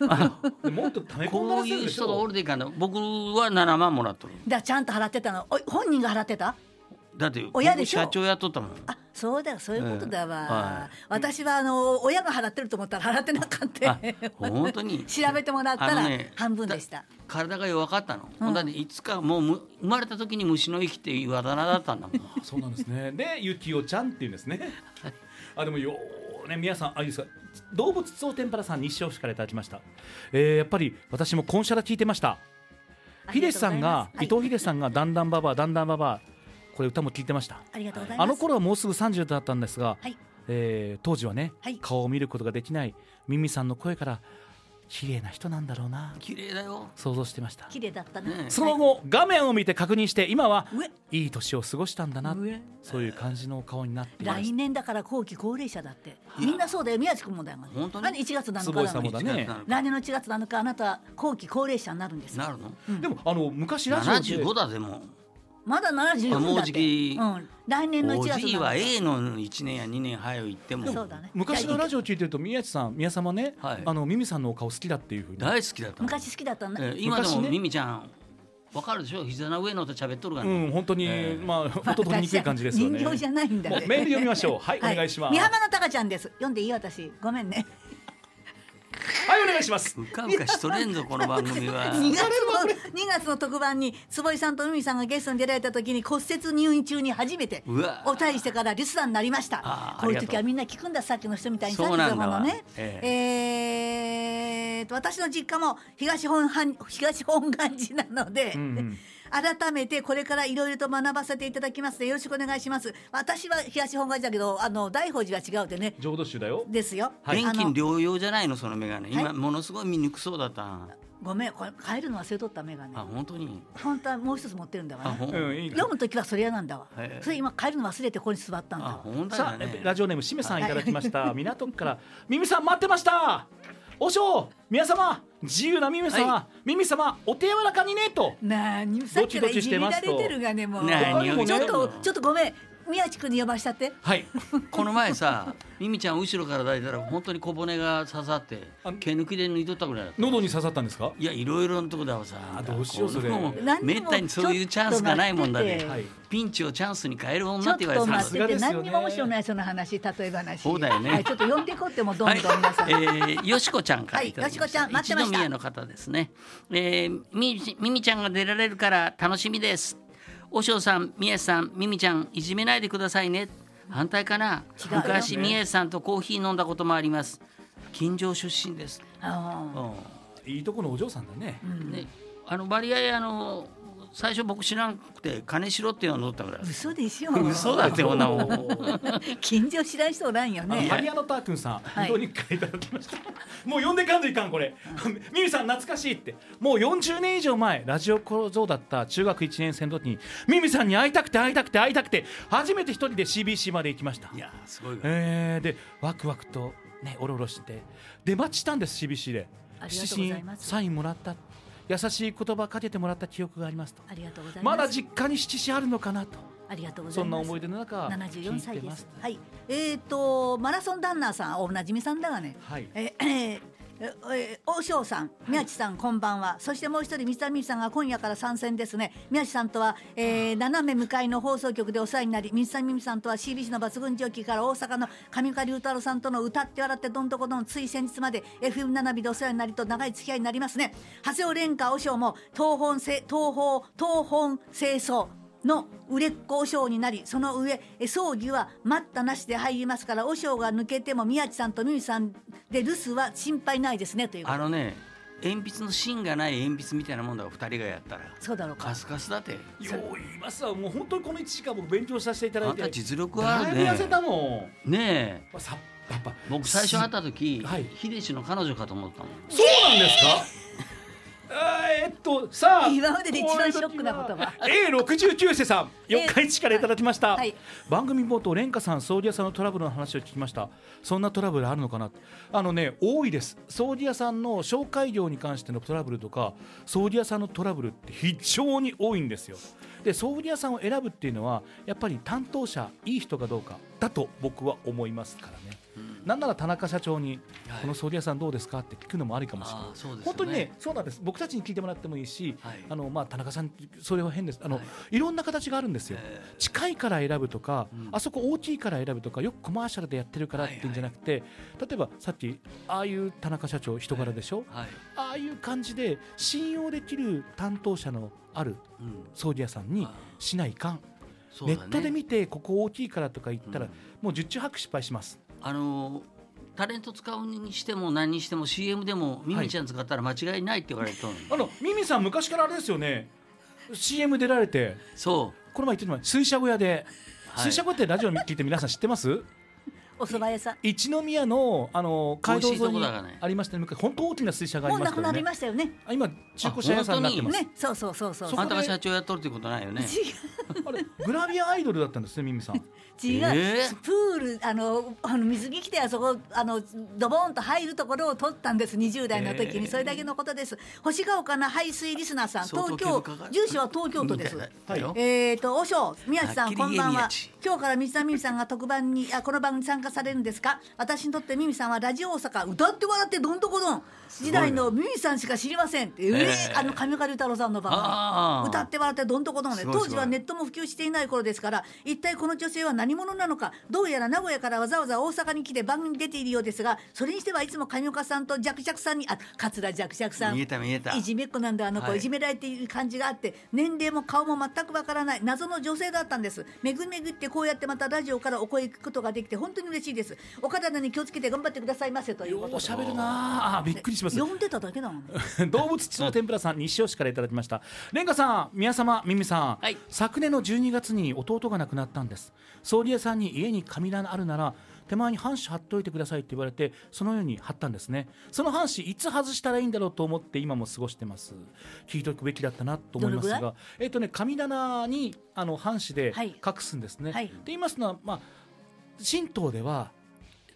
A: でもっと溜め込んだ
B: こ
A: ら
B: う
A: せ
B: い
A: る
B: う
A: でし
B: 人がお
A: ょ
B: る。でいかんの僕は7万もらっとる
C: だちゃんと払ってたのおい本人が払ってた
B: だって
C: 親でしょ
B: 社長やっとったもん
C: あそうだよそういうことだわ、
B: ええはい
C: 私はあの親が払ってると思ったら払ってなかった
B: あ本当に
C: 調べてもらった
B: あ
C: ら
B: のね
C: 半分でした、
B: 体が弱かったの、
C: うん
B: だっていつかもうむ生まれた時に虫の息っていうあだ名だったんだもん
A: そうなんですね。で、ゆきおちゃんっていうんですね。あ、でもよーね、皆さん、あ、いいですか。動物つお天ぷらさん、日照市からいただきました。えーやっぱり、私もコンシャラ聞いてました。ヒデさんが、
C: あり
A: 伊藤
C: とうございます
A: ヒデさんが、だんだんばばあ、だんだんばばあ。これ歌も聞いてました。
C: はいありがとうございま
A: あ
C: す
A: の頃はもうすぐ30だったんですが、
C: はい
A: えー当時はね、
C: はい
A: 顔を見ることができないミミさんの声から綺麗な人なんだろうな
B: 綺麗だよ。
A: 想像してました
C: 綺麗だった
B: ね
C: ね。
A: その後画面を見て確認して今は
C: 上
A: いい年を過ごしたんだな
C: 上
A: そういう感じの顔になっていま
C: 来
A: し
C: 年だから後期高齢者だって。みんなそうだよ。宮地君もだよ。
B: 本当に
C: あれ1月7
A: た
C: 日
A: 坪井
C: な
A: さ
C: の
A: んも
C: に。
A: だね
C: 来年の1月7日あなた後期高齢者になるんですよ。
B: なるの？
A: でもあの昔ラジオ
B: 七
A: で
B: 十五だでも。
C: まだ74だって。
B: もうじき
C: うん。来年の1
B: お
C: 月7日。
B: じいは A の一年や二年早い行っても
C: そうだね。
A: 昔のラ
C: ジ
A: ジオ聞いてると宮地さん宮様ね、
B: はい
A: あのミミさんのお顔好きだっていうふうに
B: 大好きだったの。
C: 昔好きだったんだ。
B: えー今で
A: 昔
B: も
A: ね
B: ミミちゃんわかるでしょ？膝の上のと喋っとるが
A: う
B: ね。
A: ん本当に、
B: ええ
A: まあ音取りにくい感じですよね
C: 人形じゃないんだ
A: もう
C: ね。
A: メール読みましょうはい、お願いします
C: 美
A: は
C: 浜のたかちゃんです。読んでいい私。ごめんね。
A: いお願いします
B: うかうかしとれんぞこの番組 は。
C: 2月の2月の特番に坪井さんと海さんがゲストに出られた時に骨折入院中に初めて
B: うわ
C: お便りしてからリスナーになりまし
B: あ
C: た
B: ー
C: こういう
B: あ
C: 時
B: りがと
C: は
B: う
C: みんな聞くんださっきの人みたいに
B: そうなんだ
C: さっきのね、
B: え
C: えーっと私の実家も東本藩 東本願寺なので、
A: んうん
C: 改めてこれからいろいろと学ばせていただきますのでよろしくお願いします私は東本願寺だけどあの大宝寺は違うでね
A: 浄土宗だよ
C: ですよ、
B: 遠
C: あ
B: 近
C: の
B: 療養じゃないのそのメガネ。
C: は
B: 今
C: い
B: ものすごい見にくそうだった。あ
C: ごめんこれ変えるの忘れとった眼鏡
B: 本当に。
C: 本当はもう一つ持ってるんだわ
B: あ
C: ね
B: ほん。
A: うんいい
C: 読むときはそれ嫌なんだわ
B: へ。え
C: それ今帰るの忘れてここに座ったんだ
B: あ
C: わ。
B: 本当
A: さ
B: だ
A: あ、
B: ね。
A: ラジオネームしめさんいただきました港区からミミさん待ってましたおしょう皆様自由なミミ様、
B: は
A: ミミ様お手柔らかにねと
C: なあにさっきか
A: ドキド
C: らい
A: キし
C: じ
A: て
C: り
A: ま
C: ら
A: す
C: れ
A: と
C: てるがねもう。
B: 何
A: を言
C: ちょっ
B: ってんの
C: とちょっとごめん宮地君に呼ばしたって。
A: はい
B: この前さ、ミミちゃん後ろから抱いたら本当に小骨が刺さって
A: あ
B: 毛抜きで抜いとったぐらいだった。
A: 喉に刺さったんですか
B: いやいろいろなとこだわさ。
A: あどうしようそれ
B: この
C: 何
B: め
C: に
B: っ
C: も
B: たにそういうチャンスがないもんだ
C: ちょっと
B: ね
A: はい。
B: ピンチをチャンスに変える
C: ち
B: 女っ
C: ょって
B: 言われ
C: と
B: て
A: さ
B: た
C: 待
A: す
C: っ
A: が
C: て
A: です
C: て
A: よね
C: 何にも面白いないその話例え話。
B: そうだよね
C: はいちょっと呼んでこってもうどんどん皆さん。
B: えー、よしこちゃんからいただきました。
C: はいよしこちゃん待ってまし
B: 一
C: た
B: 宮の方ですね。えー、みみみちゃんが出られるから楽しみです。おしょうさん、みえさん、みみちゃん、いじめないでくださいね。反対かな。
C: 違うよ
B: 昔、みえさんとコーヒー飲んだこともあります。近所出身です。
C: あ
A: いいとこのお嬢さんだね、
B: ね、あの割合あの最初僕知らんくて金しろって呼んどったぐらい
C: ー。嘘でしょ。
B: 嘘だって女もん。
C: 緊張しない人おらんよ
A: あの
C: ね
A: マ。リアのタークンさん、
C: は
A: 本
C: い
A: 当に一回いただきました。もう呼んでかんといかん、これ。ミミさん、懐かしいって。もう40年以上前、ラジオ構造だった中学1年生の時に、ミミさんに会いたくて会いたくて会いたくて、初めて一人で CBC まで行きました。
B: いやーすごいわ。
A: えー、で、ワクワクと、ね、おろおろして、出待ちしたんです、CBC で。
C: ありがとうございます
A: 七サインもらった。優しい言葉かけてもらった記憶がありますと。
C: ありがとうございま。
A: ますだ実家に七子あるのかなと。
C: ありがとうござ
A: そ
C: い
A: んな
C: ます。
A: 思い出の中、
C: 七十
A: 聞
C: 四
A: い
C: 歳
A: て
C: で
A: ますす。。
C: はい。えっ、とマラソンランナーさんおなじみさんだがね。
A: はい。
C: えーえーえー王将さん、宮地さん、こんばんは。そしてもう一人、水谷美紀さんが今夜から参戦ですね。宮地さんとは、えー斜め向かいの放送局でお世話になり、水谷美紀さんとは CBC の抜群上級から大阪の上岡龍太郎さんとの歌って笑ってどんどこどんつい先日まで FM7 日でお世話になりと長い付き合いになりますね。長谷尾蓮華王将も東本せ、東方、東本清掃。の売れっ子和尚になりその上え葬儀は待ったなしで入りますから和尚が抜けても宮地さんとミミさんで留守は心配ないですねということ
B: あのね鉛筆の芯がない鉛筆みたいなもんだわ二人がやったら
C: そうだろうか
B: カスカスだって
A: よう言いますわもう本当にこの1時間僕勉強させていただ
B: あ
A: い
B: ん
A: て
B: た実力は
A: だ
B: あ
A: い
B: る
A: ぶ
B: ね
A: 痩せたも
B: ねえ
A: んさやっぱ
B: 僕最初会っ
A: す
B: た時、
A: はい
B: 秀氏の彼女かと思ったもん
A: そうなんですかあーえっとさあ
C: 今までで一番ショックな言葉
A: A69 世さん4日市からいただきました、
C: はい
A: 番組冒頭蓮華さん葬儀屋さんのトラブルの話を聞きましたそんなトラブルあるのかなあのね多いです葬儀屋さんの紹介料に関してのトラブルとか葬儀屋さんのトラブルって非常に多いんですよで葬儀屋さんを選ぶっていうのはやっぱり担当者いい人かどうかだと僕は思いますからね、なんなら田中社長に、
B: はい
A: この葬儀屋さんどうですかって聞くのもありかもしれない
B: ああそうですよね
A: 本当にね、そうなんです。僕たちに聞いてもらってもいいし、
B: はい
A: あのまあ田中さんそれは変です。あの、
B: はい
A: い、ろんな形があるんですよ。
B: え
A: 近いから選ぶとか、
B: うん
A: あそこ大きいから選ぶとか、よくコマーシャルでやってるからっていうんじゃなくて、例えばさっきああいう田中社長人柄でしょ。
B: ーはい、
A: ああいう感じで信用できる担当者のある
B: うん、
A: 葬儀屋さんに
B: あー
A: しないかん。
B: そう
A: ネ
B: だ
A: ットで見てここ大きいからとか言ったら、
B: うん
A: もう十中八九失敗します。
B: あのータレント使うにしても何にしても CM でもミミちゃん使ったら間違いないって言われたの、
A: あのミミさん昔からあれですよね。CM 出られて。
B: そ
A: この前言ってたのは水車小屋で、
B: はい
A: 水車小屋ってラジオに聞いて皆さん知ってます
C: お蕎麦屋さん
A: 一宮のあの街道沿い
B: 美味しいとこ
A: に
B: だからね
A: ありましたね昔本当大きな水車があ
C: も
A: りま
C: うな
A: す
C: く
A: け
C: な
A: どね
C: りましたよね
A: あ今中古車屋さんになってます、
C: ねそうそうそうそう
A: そこ
B: あん
A: で
B: たが社長やっとるってことないよね
C: 違う
A: あれグラビアアイドルだったんですねミミさん
C: 違う、
B: えー
C: プールあのあの水着着てあそこあのドボンと入るところを取ったんです20代の時に、
B: えー
C: それだけのことです星ヶ丘の排水リスナーさん
B: 相当
C: 東京
B: 毛深か
C: 住所は東京都です
B: みたいだよ
C: えー、と、和尚、宮地さ
B: はっ
C: ん、
B: きり
C: こんば
B: 言え
C: ん
B: 宮
C: は
B: 地。
C: 今日から水田美美さんが特番に、あ、この番組に参加されるんですか。私にとって美美さんはラジオ大阪、歌って笑ってどんどこどん。時代の美美さんしか知りませんって。え
B: ええ
C: ー、あの上岡龍太郎さんの番
B: あー
C: 組。歌って笑ってどんどこどんね。
E: すごいすご
C: 当
E: い
C: 時はネットも普及していない頃ですから、一体この女性は何者なのか。どうやら名古屋からわざわざ大阪に来て番組に出ているようですが、それにしてはいつも上岡さんと弱弱さんに、あ、桂弱弱さん。
B: 見えた見えた
C: いじめっ子なんだあの子、
B: はい
C: い、じめられている感じがあって年齢も顔も全くわからない謎の女性だったんですめぐめぐってこうやってまたラジオからお声聞くことができて本当に嬉しいですお体に気をつけて頑張ってくださいませということ
A: お
C: で
A: しゃべるなあびっくりします
C: 呼んでただけなのね
A: 動物地の天ぷらさん西尾市からいただきましたレンガさん宮様ミミさん、
B: はい
A: 昨年の12月に弟が亡くなったんです総理屋さんに家に神棚あるなら手前に半紙貼っといてくださいって言われてそのように貼ったんですねその半紙いつ外したらいいんだろうと思って今も過ごしてます聞いておくべきだったなと思います
C: どれぐ
A: がえっ、とね神棚にあの半紙で
C: はい
A: 隠すんですね、
C: はい
A: で言いますのはまあ神道では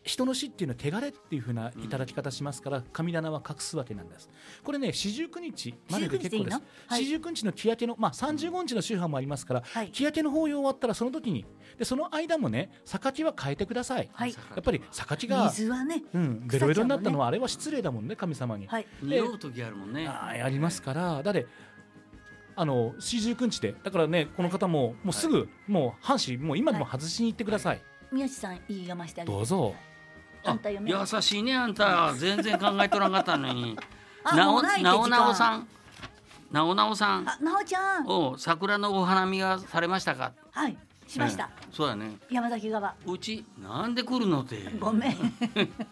A: 人の死っていうのは汚れっていうふうな頂き方しますから、神棚は隠すわけなんですこれね四十九日までで結構です
C: 四
A: 四
C: 十
A: 十九日の木明けのまあ三十五日の宗派もありますから、
C: はい
A: 木明けの法要終わったらその時にでその間もね榊は変えてください、
C: はい
A: やっぱり榊が、
C: 水はね
A: うん、ベロベロになったのはあれは失礼だもんね神様に、
C: はい
B: 匂う時あるもんね
A: あーありますからだってあの四十九日でだからねこの方ももうすぐ、もう半紙もう今でも外しに行ってください、
C: 宮地さん言いがましてあげ
A: ど
C: て
A: うぞ
C: あんた嫁
B: あ優しいねあんた全然考えとらんかったのに
C: あ
B: な
C: も
B: お
C: うないって
B: なおなお
C: 時間
B: さんなおなおさん
C: あなおちゃん
B: おう桜のお花見がされましたか
C: はいしました、
B: うんそうだね
C: 山崎川
B: うちなんで来るのって
C: ごめん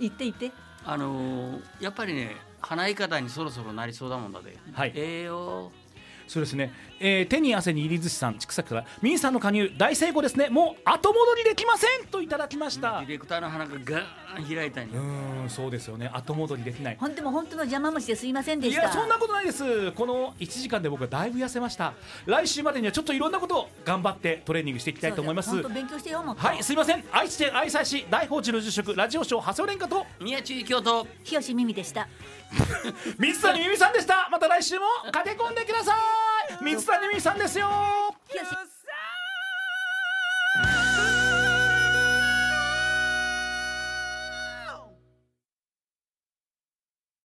C: 言って言って
B: あのーやっぱりね花いかだにそろそろなりそうだもんだで、
A: はい
B: ええよ
A: そうですね、えー手に汗に入り寿司さん、ちくさくから、ミンさんの加入、大成功ですね、もう後戻りできませんといただきまし
B: デ
A: た
B: ィ。レクターの花がガーン開いたに
A: うーん、そうですよね、後戻りできない。
C: ほんでも本当の邪魔虫ですいませんで
A: い
C: した
A: や、そんなことないです、この1時間で僕はだいぶ痩せました、来週までにはちょっといろんなことを頑張ってトレーニングしていきたいと思います
C: そう。だよ本当勉強してよもっと
A: はい、すいません、愛知県愛西市大宝寺の住職、ラジオショー、長谷尾廉歌と、
B: 宮地京都
C: 日吉美美でした
A: 水谷美美さんでした、また来週も駆け込んでください、水谷美美さんですよ。
C: 日吉